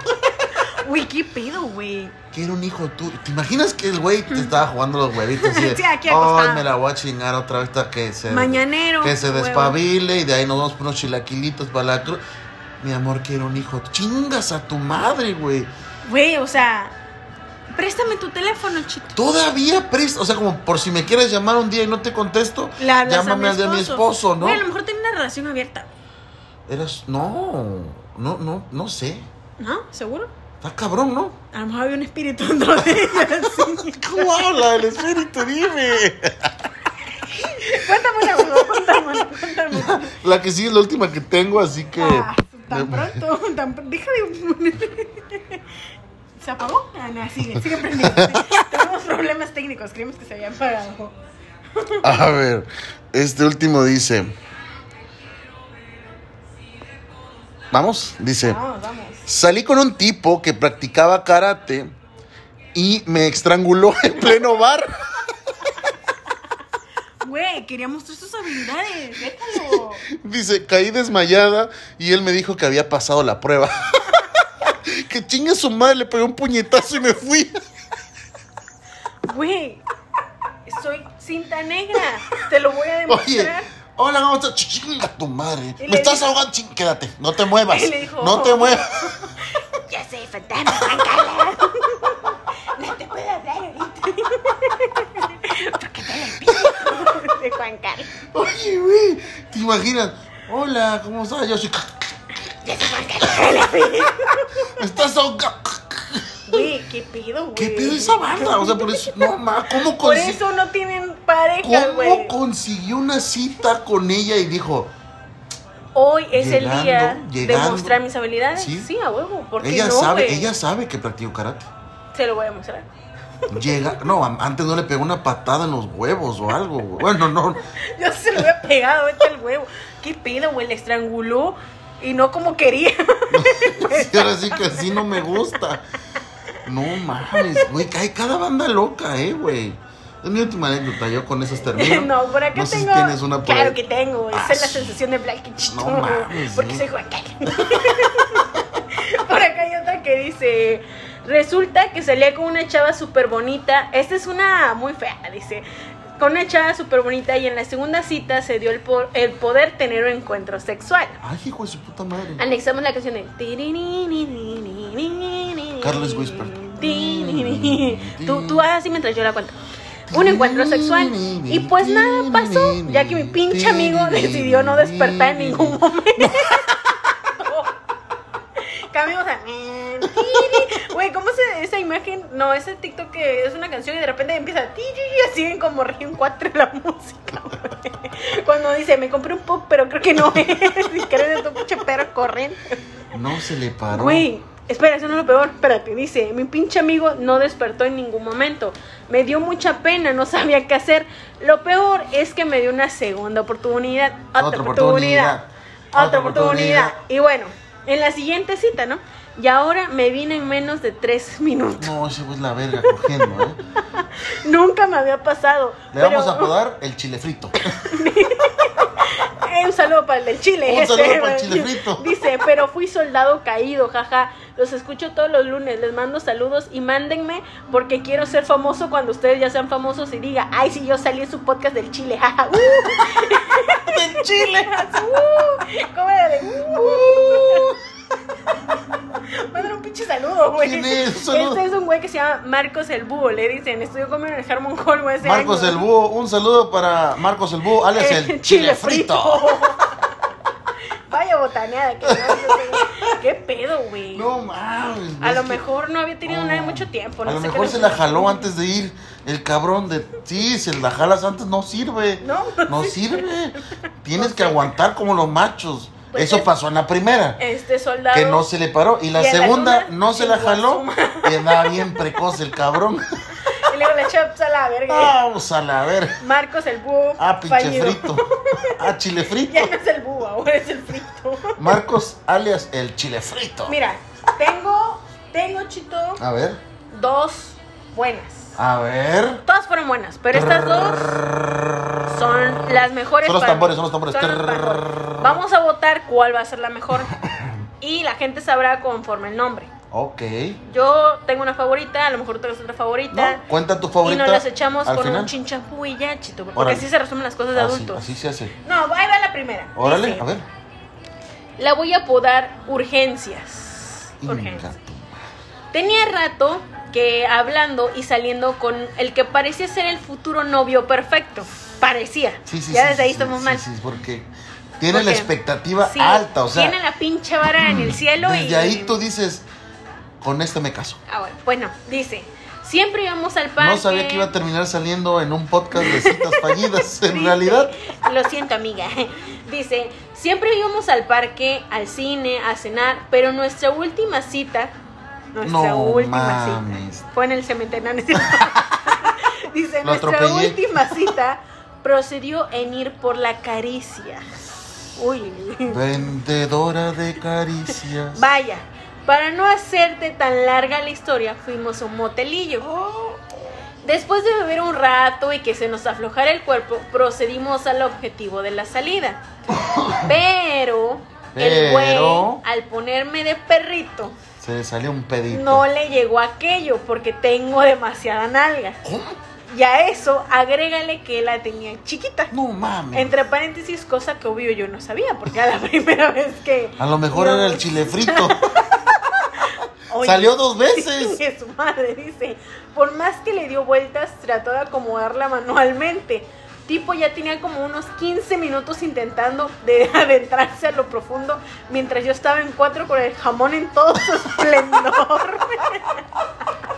Uy, qué pedo, güey.
Quiero un hijo tú. ¿Te imaginas que el güey te estaba jugando los huevitos? así de,
Mm. Sí, aquí acostado.
Ay, me la voy a chingar otra vez hasta que se.
Mañanero,
Que se
huevo.
despabile y de ahí nos vamos por unos chilaquilitos para la cruz. Mi amor, quiero un hijo. Chingas a tu madre, güey.
Güey, o sea, préstame tu teléfono, chito.
Todavía presta, o sea, como por si me quieres llamar un día y no te contesto,
Le hablas
llámame al de mi esposo, ¿no?
Güey, a lo mejor tiene una relación abierta,
Eras, no, no, no, no sé.
¿no? ¿Seguro?
Está cabrón, ¿no?
A lo mejor había un espíritu dentro de ella. sí.
¿Cómo habla el espíritu? Dime.
Cuéntame una, huevo, cuéntame, cuéntame.
La que sí es la última que tengo, así que.
Ah, tan pronto, tan pronto. Deja de. ¿Se apagó? Ah, no, sigue, sigue prendido. Tenemos problemas técnicos, creemos que se habían apagado.
A ver, este último dice. Vamos, dice.
Vamos, vamos.
Salí con un tipo que practicaba karate y me estranguló en pleno bar.
Güey, quería mostrar sus habilidades. Déjalo.
Dice, caí desmayada y él me dijo que había pasado la prueba. que chinga su madre, le pegué un puñetazo y me fui.
Güey. soy cinta negra. Te lo voy a
Oye,
demostrar.
hola, ¿cómo estás? Chinga tu madre.
Y le
Me estás
dijo-
ahogando, ching, quédate. No te muevas.
Y le dijo- "Oh".
No te muevas.
Yo soy fantasma, Báncala.
No te puedo hablar ahorita.
De Juan Carlos.
Oye, güey. ¿Te imaginas? Hola, ¿cómo estás? Yo soy.
Ya se van a
Me estás ahogando.
Güey, qué pedo, güey.
¿Qué pedo esa banda? O sea, por eso. No, ma, ¿cómo
Por
consi-
eso no tienen pareja,
¿Cómo
güey.
consiguió una cita con ella y dijo,
Hoy es el
Llegando,
día de
llegando.
mostrar mis habilidades. Sí,
Sí.
a huevo. ¿Por qué
ella
no,
sabe,
güey?
ella sabe que practico karate?
Se lo voy a mostrar.
Llega, no, a- antes no le pegó una patada en los huevos o algo. güey. Bueno, no,
Yo se lo había pegado, vete el huevo. ¿Qué pedo, güey? Le estranguló y no como quería.
sí, ahora sí que así no me gusta. No mames, güey, hay cada banda loca, eh, güey. Es mi última anécdota, yo con esas termino.
no, por acá
No sé
tengo.
si tienes una por
claro
ahí.
que tengo, güey.
Ah,
Esa es la
sí.
sensación de blanquichito.
No mames,
porque
¿no?
soy Juan Carlos. por acá hay otra que dice. Resulta que salía con una chava súper bonita. Esta es una muy fea, dice. Con una chava súper bonita y en la segunda cita se dio el, po- el poder tener un encuentro sexual.
Ay, hijo de su puta madre.
Anexamos la canción de
Carlos Whisper. Mm.
Tú, tú haz así mientras yo la cuento. Un encuentro sexual. Y pues nada pasó, ya que mi pinche amigo decidió no despertar en ningún momento. Cambiamos a. Güey, ¿cómo se esa imagen? No, ese TikTok que es una canción y de repente empieza. Y siguen como ríen cuatro la música. güey. Cuando dice, me compré un pop, pero creo que no es. Y creo que tu pinche perro corriente.
No se le paró.
Güey, espera, eso no es lo peor. Espérate, dice, mi pinche amigo no despertó en ningún momento. Me dio mucha pena, no sabía qué hacer. Lo peor es que me dio una segunda oportunidad. Otra,
Otra
oportunidad.
oportunidad.
Otra
Otra
oportunidad.
oportunidad.
Y bueno, en la siguiente cita, ¿no? Y ahora me vine en menos de tres minutos.
No, ese güey es la verga cogiendo, eh.
Nunca me había pasado.
Le vamos a apodar el chile frito.
Eh, un saludo para el del Chile.
Un saludo
Este,
para el Chile frito.
Dice, pero fui soldado caído, jaja. Los escucho todos los lunes, les mando saludos y mándenme porque quiero ser famoso cuando ustedes ya sean famosos y diga, ay, si yo salí en su podcast del Chile, jaja. Uh,
¡Del chile!
uh, ¿Cómo era de? uh? Mándale un pinche saludo, güey.
¿Quién es? Saludo.
Este es un güey que se llama Marcos el Búho, le dicen. Estudió conmigo en el Harmon Hall, güey. hace
Marcos
años.
el Búho, un saludo para Marcos el Búho, alias el chile, frito.
Vaya botaneada que no, yo sé. ¿Qué pedo, güey?
No mames.
a
es
lo
que-
mejor no había tenido
No.
nada en mucho tiempo. No
a lo
sé qué
mejor
le
se la
pasó.
jaló antes de ir el cabrón de... Sí, si la jalas antes no sirve.
No.
No sirve. Tienes que aguantar como los machos.
Pues
Eso
es-
pasó en la primera.
Este soldado.
Que no se le paró. Y la
Y en la
segunda
luna,
no se la
chingó a
jaló.
su
Queda bien precoz el cabrón.
Y luego la chaps a la verga.
Vamos a la ver.
Marcos el búho.
Ah, pinche
fallido.
frito. Ah, chile frito.
Ya no es el búho, ahora es el frito.
Marcos alias el chile frito.
Mira, tengo, tengo, chito,
A ver.
dos buenas.
A ver.
Todas fueron buenas, pero estas dos son las mejores.
Son los
para-
tambores, son los tambores.
son los tambores. Vamos a votar cuál va a ser la mejor. Y la gente sabrá conforme el nombre.
Ok.
Yo tengo una favorita, a lo mejor tú tienes otra favorita.
¿No? Cuenta tu
y
favorita.
nos las echamos
al
con
final.
un chinchampú y ya, chito. Porque
Órale. Ah,
así se resumen las cosas de
Así,
adultos.
así se hace.
No, ahí va la primera.
Órale,
Dice,
a ver.
La voy a apodar Urgencias. Urgencias.
Ingato.
Tenía rato que hablando y saliendo con el que parecía ser el futuro novio perfecto. Parecía.
Sí, sí,
ya
sí,
desde ahí
sí,
estamos
sí,
mal.
sí, porque tiene
Porque-
la expectativa
Sí,
alta, o sea.
Tiene la pinche vara en el cielo
desde
y.
ahí tú dices, con este me caso.
Ah, bueno, bueno, dice. Siempre íbamos al parque.
No sabía que iba a terminar saliendo en un podcast de citas fallidas, en
Dice,
realidad.
Lo siento, amiga. Dice, siempre íbamos al parque, al cine, a cenar, pero nuestra última cita, nuestra
No
última
mames.
cita, fue en el cementerio. no, no es cierto. Dice,
Lo
nuestra
atropellé".
última cita procedió en ir por la caricia. Uy,
Vendedora de caricias.
vaya. Para no hacerte tan larga la historia, fuimos a un motelillo. Después de beber un rato y que se nos aflojara el cuerpo, procedimos al objetivo de la salida. Pero, el
Pero-
güey, al ponerme de perrito,
Se le salió un pedito.
no le llegó aquello porque tengo demasiada nalga.
¿Cómo?
Y a eso, agrégale que la tenía chiquita.
No mames.
Entre paréntesis, cosa que obvio yo no sabía, porque a la primera vez que.
A lo mejor
No.
era el chile frito.
Oye,
Salió dos veces.
Sí, su madre dice, por más que le dio vueltas, trató de acomodarla manualmente. Tipo ya tenía como unos 15 minutos intentando de adentrarse a lo profundo mientras yo estaba en cuatro con el jamón en todo su esplendor.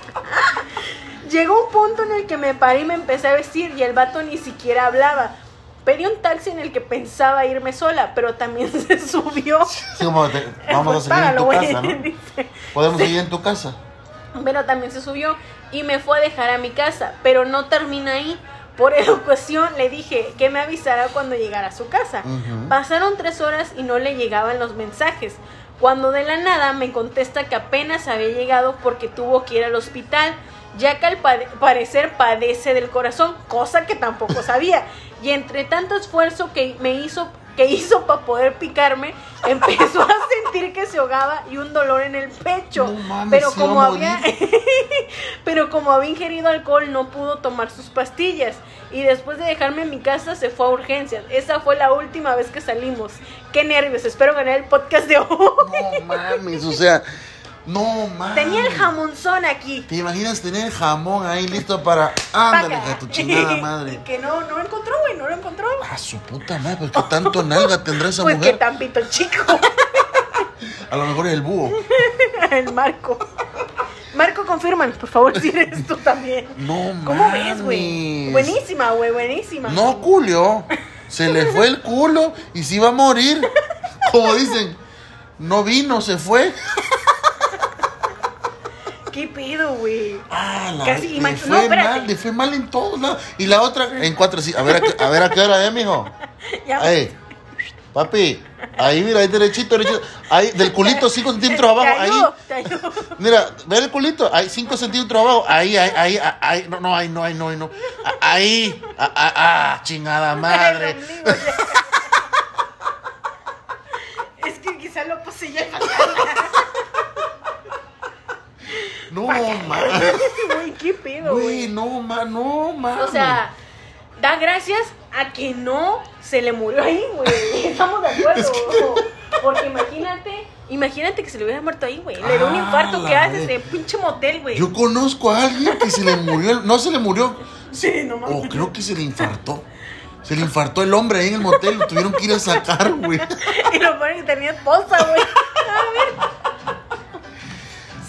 Llegó un punto en el que me paré y me empecé a vestir y el vato ni siquiera hablaba. Pedí un taxi en el que pensaba irme sola, pero también se subió.
Sí, como te- vamos a
Pues,
seguir en tu
págalo,
casa,
güey,
¿no?
dice.
Podemos seguir en tu casa.
Pero también se subió y me fue a dejar a mi casa, pero no termina ahí. Por educación le dije que me avisara cuando llegara a su casa.
Ujú.
Pasaron tres horas y no le llegaban los mensajes. Cuando de la nada me contesta que apenas había llegado porque tuvo que ir al hospital, ya que al pade- parecer padece del corazón, cosa que tampoco sabía. Y entre tanto esfuerzo que me hizo que hizo para poder picarme, empezó a sentir que se ahogaba y un dolor en el pecho.
No mames,
pero
se va a
como había
morir.
pero como había ingerido alcohol no pudo tomar sus pastillas y después de dejarme en mi casa se fue a urgencias. Esa fue la última vez que salimos. Qué nervios, espero ganar el podcast de hoy.
No mames, o sea, no mames.
Tenía el jamonzón aquí.
¿Te imaginas tener jamón ahí listo para. Ándale,
Paca.
a tu chingada madre.
que no, no lo encontró, güey, no lo encontró.
Ah, su puta madre, pues qué tanto nalga tendrá esa
Pues que
mujer.
tampito chico,
A lo mejor es el búho.
el Marco. Marco, confírmanos, por favor, si eres tú también.
No mames.
¿Cómo ves, güey? Buenísima, güey, buenísima.
No culió. Se le fue el culo y se iba a morir. Como dicen, no vino, se fue.
¿Qué pedo, güey?
Ah, la
Casi,
le
imagi-
fue
no, espérate.
mal, le fue mal en todos lados. Y la otra, en cuatro, sí. A ver a qué, a ver a qué hora es, mijo.
Ya-
Ey, papi, ahí mira, ahí derechito, derechito. Ahí, del culito 5 centímetros abajo,
Te
ahí.
ayudo, te ayudo.
Mira, ve el culito, hay 5 centímetros abajo, ahí, ahí, ahí, ah, ahí, no, no, ahí, no, ahí, no, ahí, no. Ah, Ahí, ah, ah, ah, chingada
El
madre.
ombligo, ya. es que quizá lo poseía el fantasma.
No, ma,
Güey, qué pedo,
güey,
güey.
no, ma, no, ma.
O sea, da gracias a que no se le murió ahí, güey. Estamos de acuerdo. Porque imagínate, imagínate que se le hubiera muerto ahí, güey. Le dio un
Ah,
infarto
la
que haces
madre.
de pinche motel, güey.
yo conozco a alguien que se le murió, el- no se le murió,
Sí, no
o
mames.
Oh, creo que se le infartó. Se le infartó el hombre ahí en el motel, lo tuvieron que ir a sacar, güey.
Y lo ponen que tenía esposa, güey. A ver.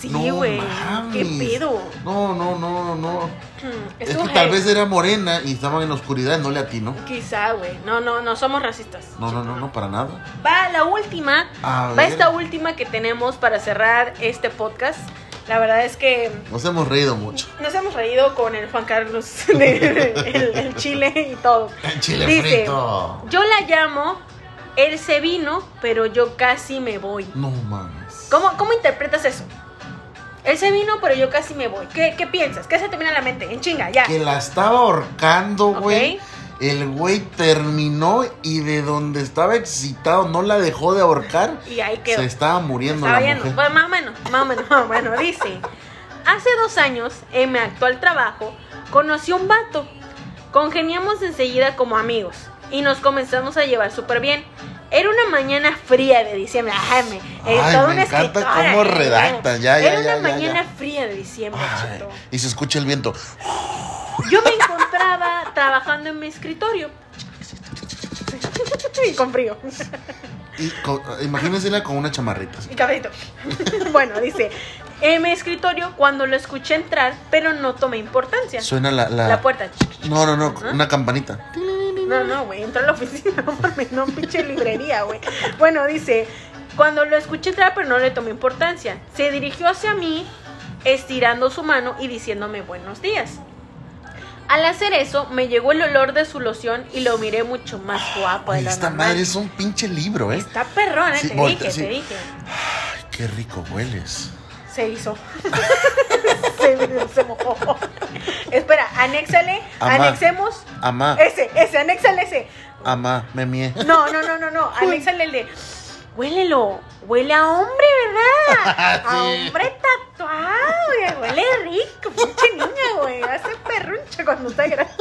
Sí, güey. qué
mames.
pedo.
No, no, no, no, no. Es
Estuvo
que tal
heavy.
vez era morena y estaban en la oscuridad, no le atinó.
Quizá, güey. No, no, no somos racistas.
No, no, no, no, para nada.
Va la última.
A
Va
ver.
esta última que tenemos para cerrar este podcast. La verdad es que
Nos hemos reído mucho.
nos hemos reído con el Juan Carlos, el, el chile y todo.
El chile
Dice,
frito.
Yo la llamo, él se vino, pero yo casi me voy.
No mames.
¿Cómo, cómo interpretas eso? Él se vino, pero yo casi me voy. ¿Qué, qué piensas? ¿Qué se te viene a la mente? En chinga, ya.
Que la estaba ahorcando,
Ok.
güey. El güey terminó y de donde estaba excitado no la dejó de ahorcar.
Y ahí quedó.
Se estaba muriendo
Está
la
bien,
mujer.
pues, más o menos, más o menos, más o menos. Dice, hace dos años, en mi actual trabajo, conocí a un vato. Congeniamos enseguida como amigos y nos comenzamos a llevar súper bien. Era una mañana fría de diciembre. Ay, me, eh,
Ay,
toda
me
una
encanta
escritora,
cómo
eh.
redactan, ya, ya,
Era
ya,
una
ya, ya.
mañana fría de diciembre,
Ay,
chito.
y se escucha el viento.
Yo me encontraba trabajando en mi escritorio. Y con frío.
Y con- imagínensela con una chamarrita. así.
Mi cabrito. bueno, dice, en mi escritorio cuando lo escuché entrar, pero no tomé importancia.
Suena la, la-
La puerta.
No, no, no, una campanita.
No, no, güey, entró a la oficina, no mames, no pinche librería, güey. Bueno, dice, cuando lo escuché entrar, pero no le tomé importancia. Se dirigió hacia mí, estirando su mano y diciéndome buenos días. Al hacer eso, me llegó el olor de su loción y lo miré mucho más guapo de
Oye,
la
esta
normal.
madre es un pinche libro, ¿eh?
Está perrón, eh,
Sí,
te
voltea,
dije,
sí.
te dije.
Ay, qué rico hueles.
Se hizo. se, se mojó. Espera, anéxale,
Amá. Ah.
anexemos.
Amá,
Ese, ese, anéxale ese.
amá, me mie.
No, no, no, no, no, anéxale el de. Huélelo, huele a hombre, ¿verdad? A
Ah, Sí.
hombre tatuado, güey, huele rico, pinche niña, güey, hace perruncho cuando está grande.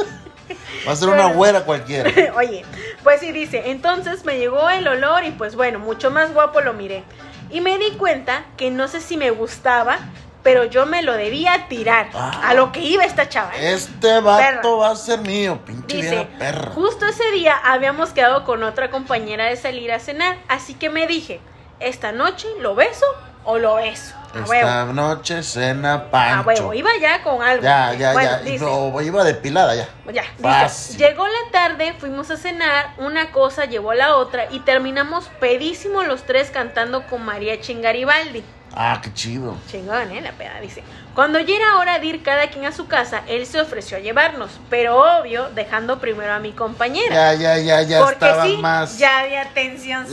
Va a ser una
Pero-
güera cualquiera.
Oye, pues sí dice, entonces me llegó el olor y pues bueno, mucho más guapo lo miré. Y me di cuenta que no sé si me gustaba, pero yo me lo debía tirar.
Ah.
A lo que iba esta chava. ¿eh?
Este vato va a ser mío, pinche
Dice,
vieja perra.
justo ese día habíamos quedado con otra compañera de salir a cenar, así que me dije, esta noche lo beso o lo beso. A
Esta
huevo.
noche cena
A
pancho.
huevo. Iba ya con algo.
Ya, ya,
Bueno,
ya.
dice,
No, iba depilada ya.
Ya,
Fácil.
listo. Llegó la tarde, fuimos a cenar, una cosa llevó a la otra y terminamos pedísimo los tres cantando con María Chingaribaldi.
Ah, qué chido.
Chingón, ¿eh? La peda, dice. Cuando ya era hora de ir cada quien a su casa, él se ofreció a llevarnos, pero obvio, dejando primero a mi compañera.
Ya, ya, ya, ya
porque
estaba
sí,
más.
ya había tensión
Ya,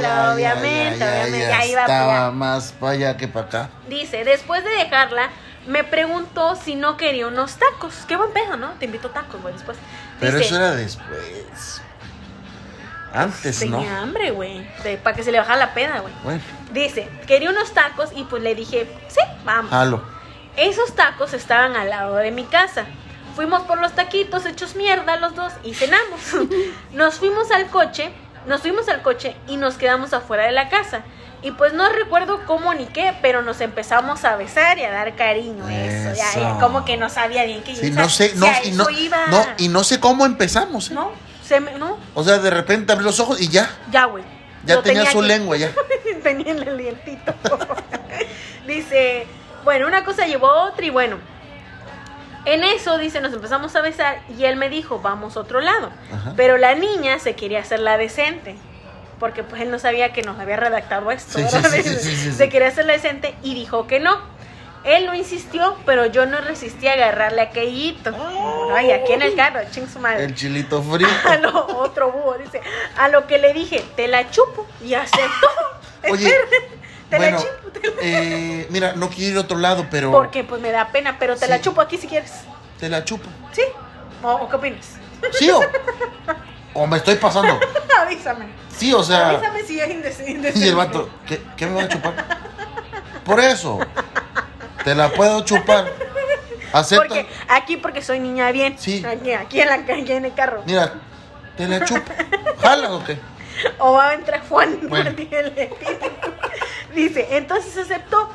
ya, ya, ya,
obviamente,
ya,
obviamente, pues,
ya
ya iba
estaba
para allá.
más para allá que para acá.
Dice, después de dejarla, me preguntó si no quería unos tacos. Qué buen pedo, ¿no? Te invito tacos, güey, después.
Pero
Dice,
eso era después. Antes, ¿no?
Tenía hambre, güey. de- Para que se le bajara la peda, güey.
Bueno,
Dice, quería unos tacos y pues le dije, sí, vamos.
jalo.
Esos tacos estaban al lado de mi casa. Fuimos por los taquitos hechos mierda los dos y cenamos. Nos fuimos al coche, nos fuimos al coche y nos quedamos afuera de la casa. Y pues no recuerdo cómo ni qué, pero nos empezamos a besar y a dar cariño. Eso, ya,
Eso.
ya, como que no sabía bien que
Sí, no sé, no, y no, no, y no sé cómo empezamos. ¿eh?
no, se me- no,
O sea, de repente abrí los ojos y ya.
ya, güey.
Ya
Lo
tenía, su
aquí.
lengua, ya.
tenía en el dientito. dice, bueno, una cosa llevó a otra y bueno. En eso, dice, nos empezamos a besar y él me dijo, vamos a otro lado.
Ajá.
Pero la niña se quería hacer la decente. Porque pues él no sabía que nos había redactado esto.
Sí, sí,
¿verdad?
sí, sí, sí, sí, sí.
Se quería hacer la decente y dijo que no. Él no insistió, pero yo no resistí a agarrarle a aquellito. Ay, aquí en el carro, ching su madre
Ah. El chilito frío.
a lo otro búho, dice, a lo que le dije, te la chupo y aceptó.
Oye,
te
bueno,
la chupo. te-
eh, mira, no quiero ir a otro lado, pero
Porque pues me da pena, pero te la
Sí.
chupo aquí si quieres.
te la chupo.
¿Sí? ¿O, o qué opinas?
¿Sí o? o me estoy pasando.
Avísame.
Sí, o sea.
Avísame si es indecidido.
Y el vato, ¿qué, qué me va a chupar? Por eso, te la puedo chupar. ¿Acepta?
Porque aquí porque soy niña bien.
Sí.
Aquí, aquí en la aquí en el carro.
Mira, te la chupo. ¿Jala o qué?
O va a entrar Juan
Bueno.
Martín el Espíritu. Dice, entonces aceptó.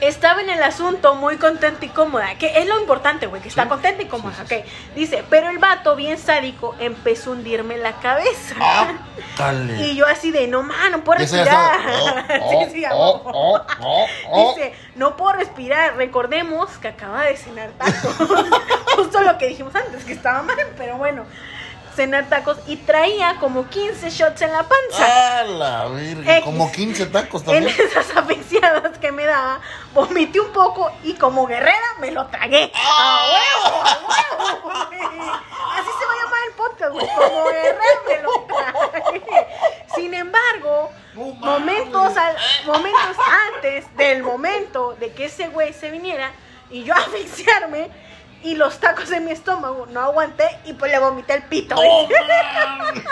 Estaba en el asunto muy contenta y cómoda, que es lo importante, güey, que está
Sí.
contenta y cómoda, ok. Dice, pero el vato, bien sádico, empezó a hundirme la cabeza.
¡Ah! dale.
Y yo así de, no, man, no puedo
Y esa ya
respirar.
estaba, oh,
Sí, sí, a
oh,
huevo.
oh, oh, oh, oh.
Dice, no puedo respirar. Recordemos que acaba de cenar tacos. Justo lo que dijimos antes, que estaba mal, pero bueno. Cenar tacos y traía como 15 shots en la panza.
¡Ah, la virgen!
X.
Como 15 tacos
en
también.
esas asfixiadas que me daba, vomité un poco y como guerrera me lo tragué.
¡Ah,
¡A huevo! ¡A huevo! güey! Así se va a llamar el podcast, güey. Como guerrera me lo tragué. Sin embargo,
No mames.
momentos, al- momentos antes del momento de que ese güey se viniera y yo a asfixiarme y los tacos en mi estómago no aguanté y pues le vomité el pito. güey.
¡No mames!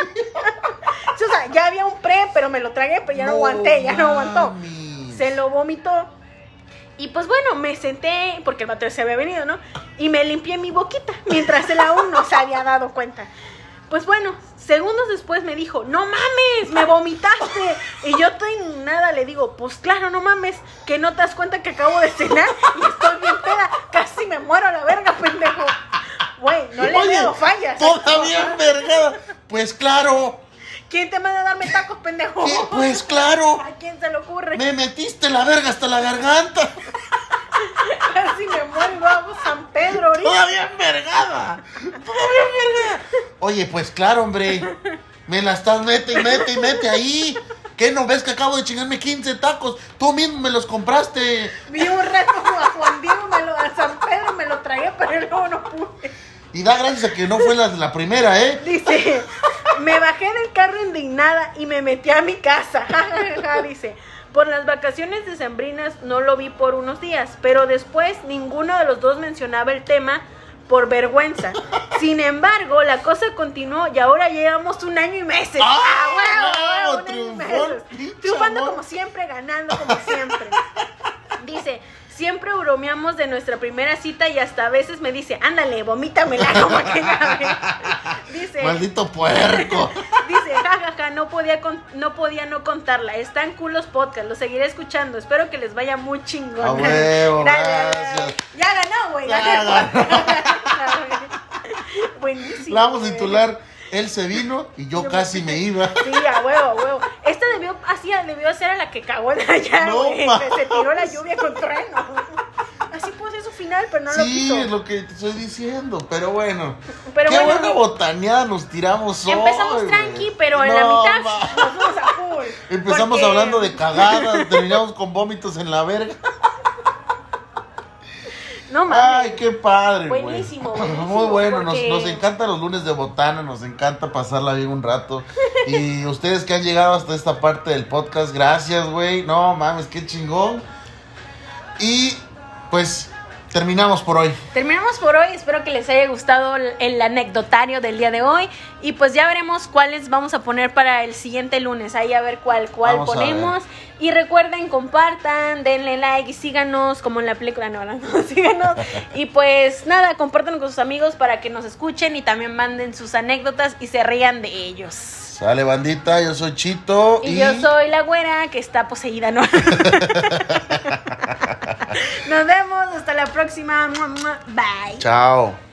Sí, o sea, ya había un pre, pero me lo tragué, pero ya no, aguanté, ya no aguantó.
mames.
Se lo vomitó. Y pues bueno, me senté, porque el bateo se había venido, ¿no? Y me limpié mi boquita, mientras él aún no se había dado cuenta. Pues bueno, segundos después me dijo, no mames, me vomitaste. Y yo estoy nada, le digo, pues claro, no mames, que no te das cuenta que acabo de cenar y estoy bien peda, casi me muero a la verga, pendejo. Güey, no le
Oye,
veo fallas. ¿eh?
Todavía envergada. Pues claro.
¿Quién te manda a darme tacos, pendejo?
¿qué? Pues claro.
¿A quién se le ocurre?
Me metiste la verga hasta la garganta.
Casi me muero, vamos San Pedro ahorita.
Todavía envergada. Todavía envergada. Oye, pues claro, hombre. Me la estás mete y mete y mete ahí. ¿Qué no ves que acabo de chingarme 15 tacos? Tú mismo me los compraste.
Vi un rato a Juan Diego, me lo, a San Pedro me lo tragué, pero luego no pude.
Y da gracias a que no fue la, la primera, ¿eh?
Dice, me bajé del carro indignada y me metí a mi casa. Ja, ja, ja, Dice, por las vacaciones decembrinas no lo vi por unos días, pero después ninguno de los dos mencionaba el tema por vergüenza. Sin embargo, la cosa continuó y ahora llevamos un año y meses.
¡Ah,
¡Ah, huevo,
huevo!
huevo! Un año y
Triunfó el
meses.
pinche
Triunfando
amor.
como siempre, ganando como siempre. Dice, Siempre bromeamos de nuestra primera cita y hasta a veces me dice, ándale, vomítamela como aquella vez. Dice,
Maldito puerco.
Dice, jajaja, no, podía con- no podía no contarla. Están cool los podcasts, los seguiré escuchando. Espero que les vaya muy chingón.
A huevo, gracias.
Ya ganó, güey.
Ya
ganó.
ganó.
Buenísimo.
La vamos a
güey.
titular, él se vino y yo
Yo-
casi me iba.
Sí, a huevo, a huevo. Esta debió, así debió ser a la que cagó de allá,
No
güey.
mames.
Se tiró la lluvia con trueno. Así pudo ser su final, pero no lo
sí,
quiso.
es lo que te estoy diciendo, pero bueno.
Pero
Qué
bueno,
buena botaneada nos tiramos hoy.
empezamos
güey.
tranqui, pero en la
No,
mitad
ma.
nos fuimos a full.
Empezamos
Porque-
hablando de cagadas, terminamos con vómitos en la verga.
No mames.
Ay, qué padre, güey.
Buenísimo, buenísimo,
Muy bueno, nos-
porque-
nos, encantan los lunes de botana, nos encanta pasarla bien un rato. Y ustedes que han llegado hasta esta parte del podcast, gracias, güey. No mames, qué chingón. Y pues terminamos por hoy.
Terminamos por hoy, espero que les haya gustado el- el anecdotario del día de hoy y pues ya veremos cuáles vamos a poner para el siguiente lunes, ahí a ver cuál cuál
Vamos a
ponemos y recuerden compartan, denle like y síganos como en la película, no, no, no, síganos y pues nada, compártanlo con sus amigos para que nos escuchen y también manden sus anécdotas y se rían de ellos.
Sale bandita, yo soy Chito.
Y yo soy la güera que está poseída, no. Nos vemos hasta la próxima. Mua, mua. Bye.
Chao.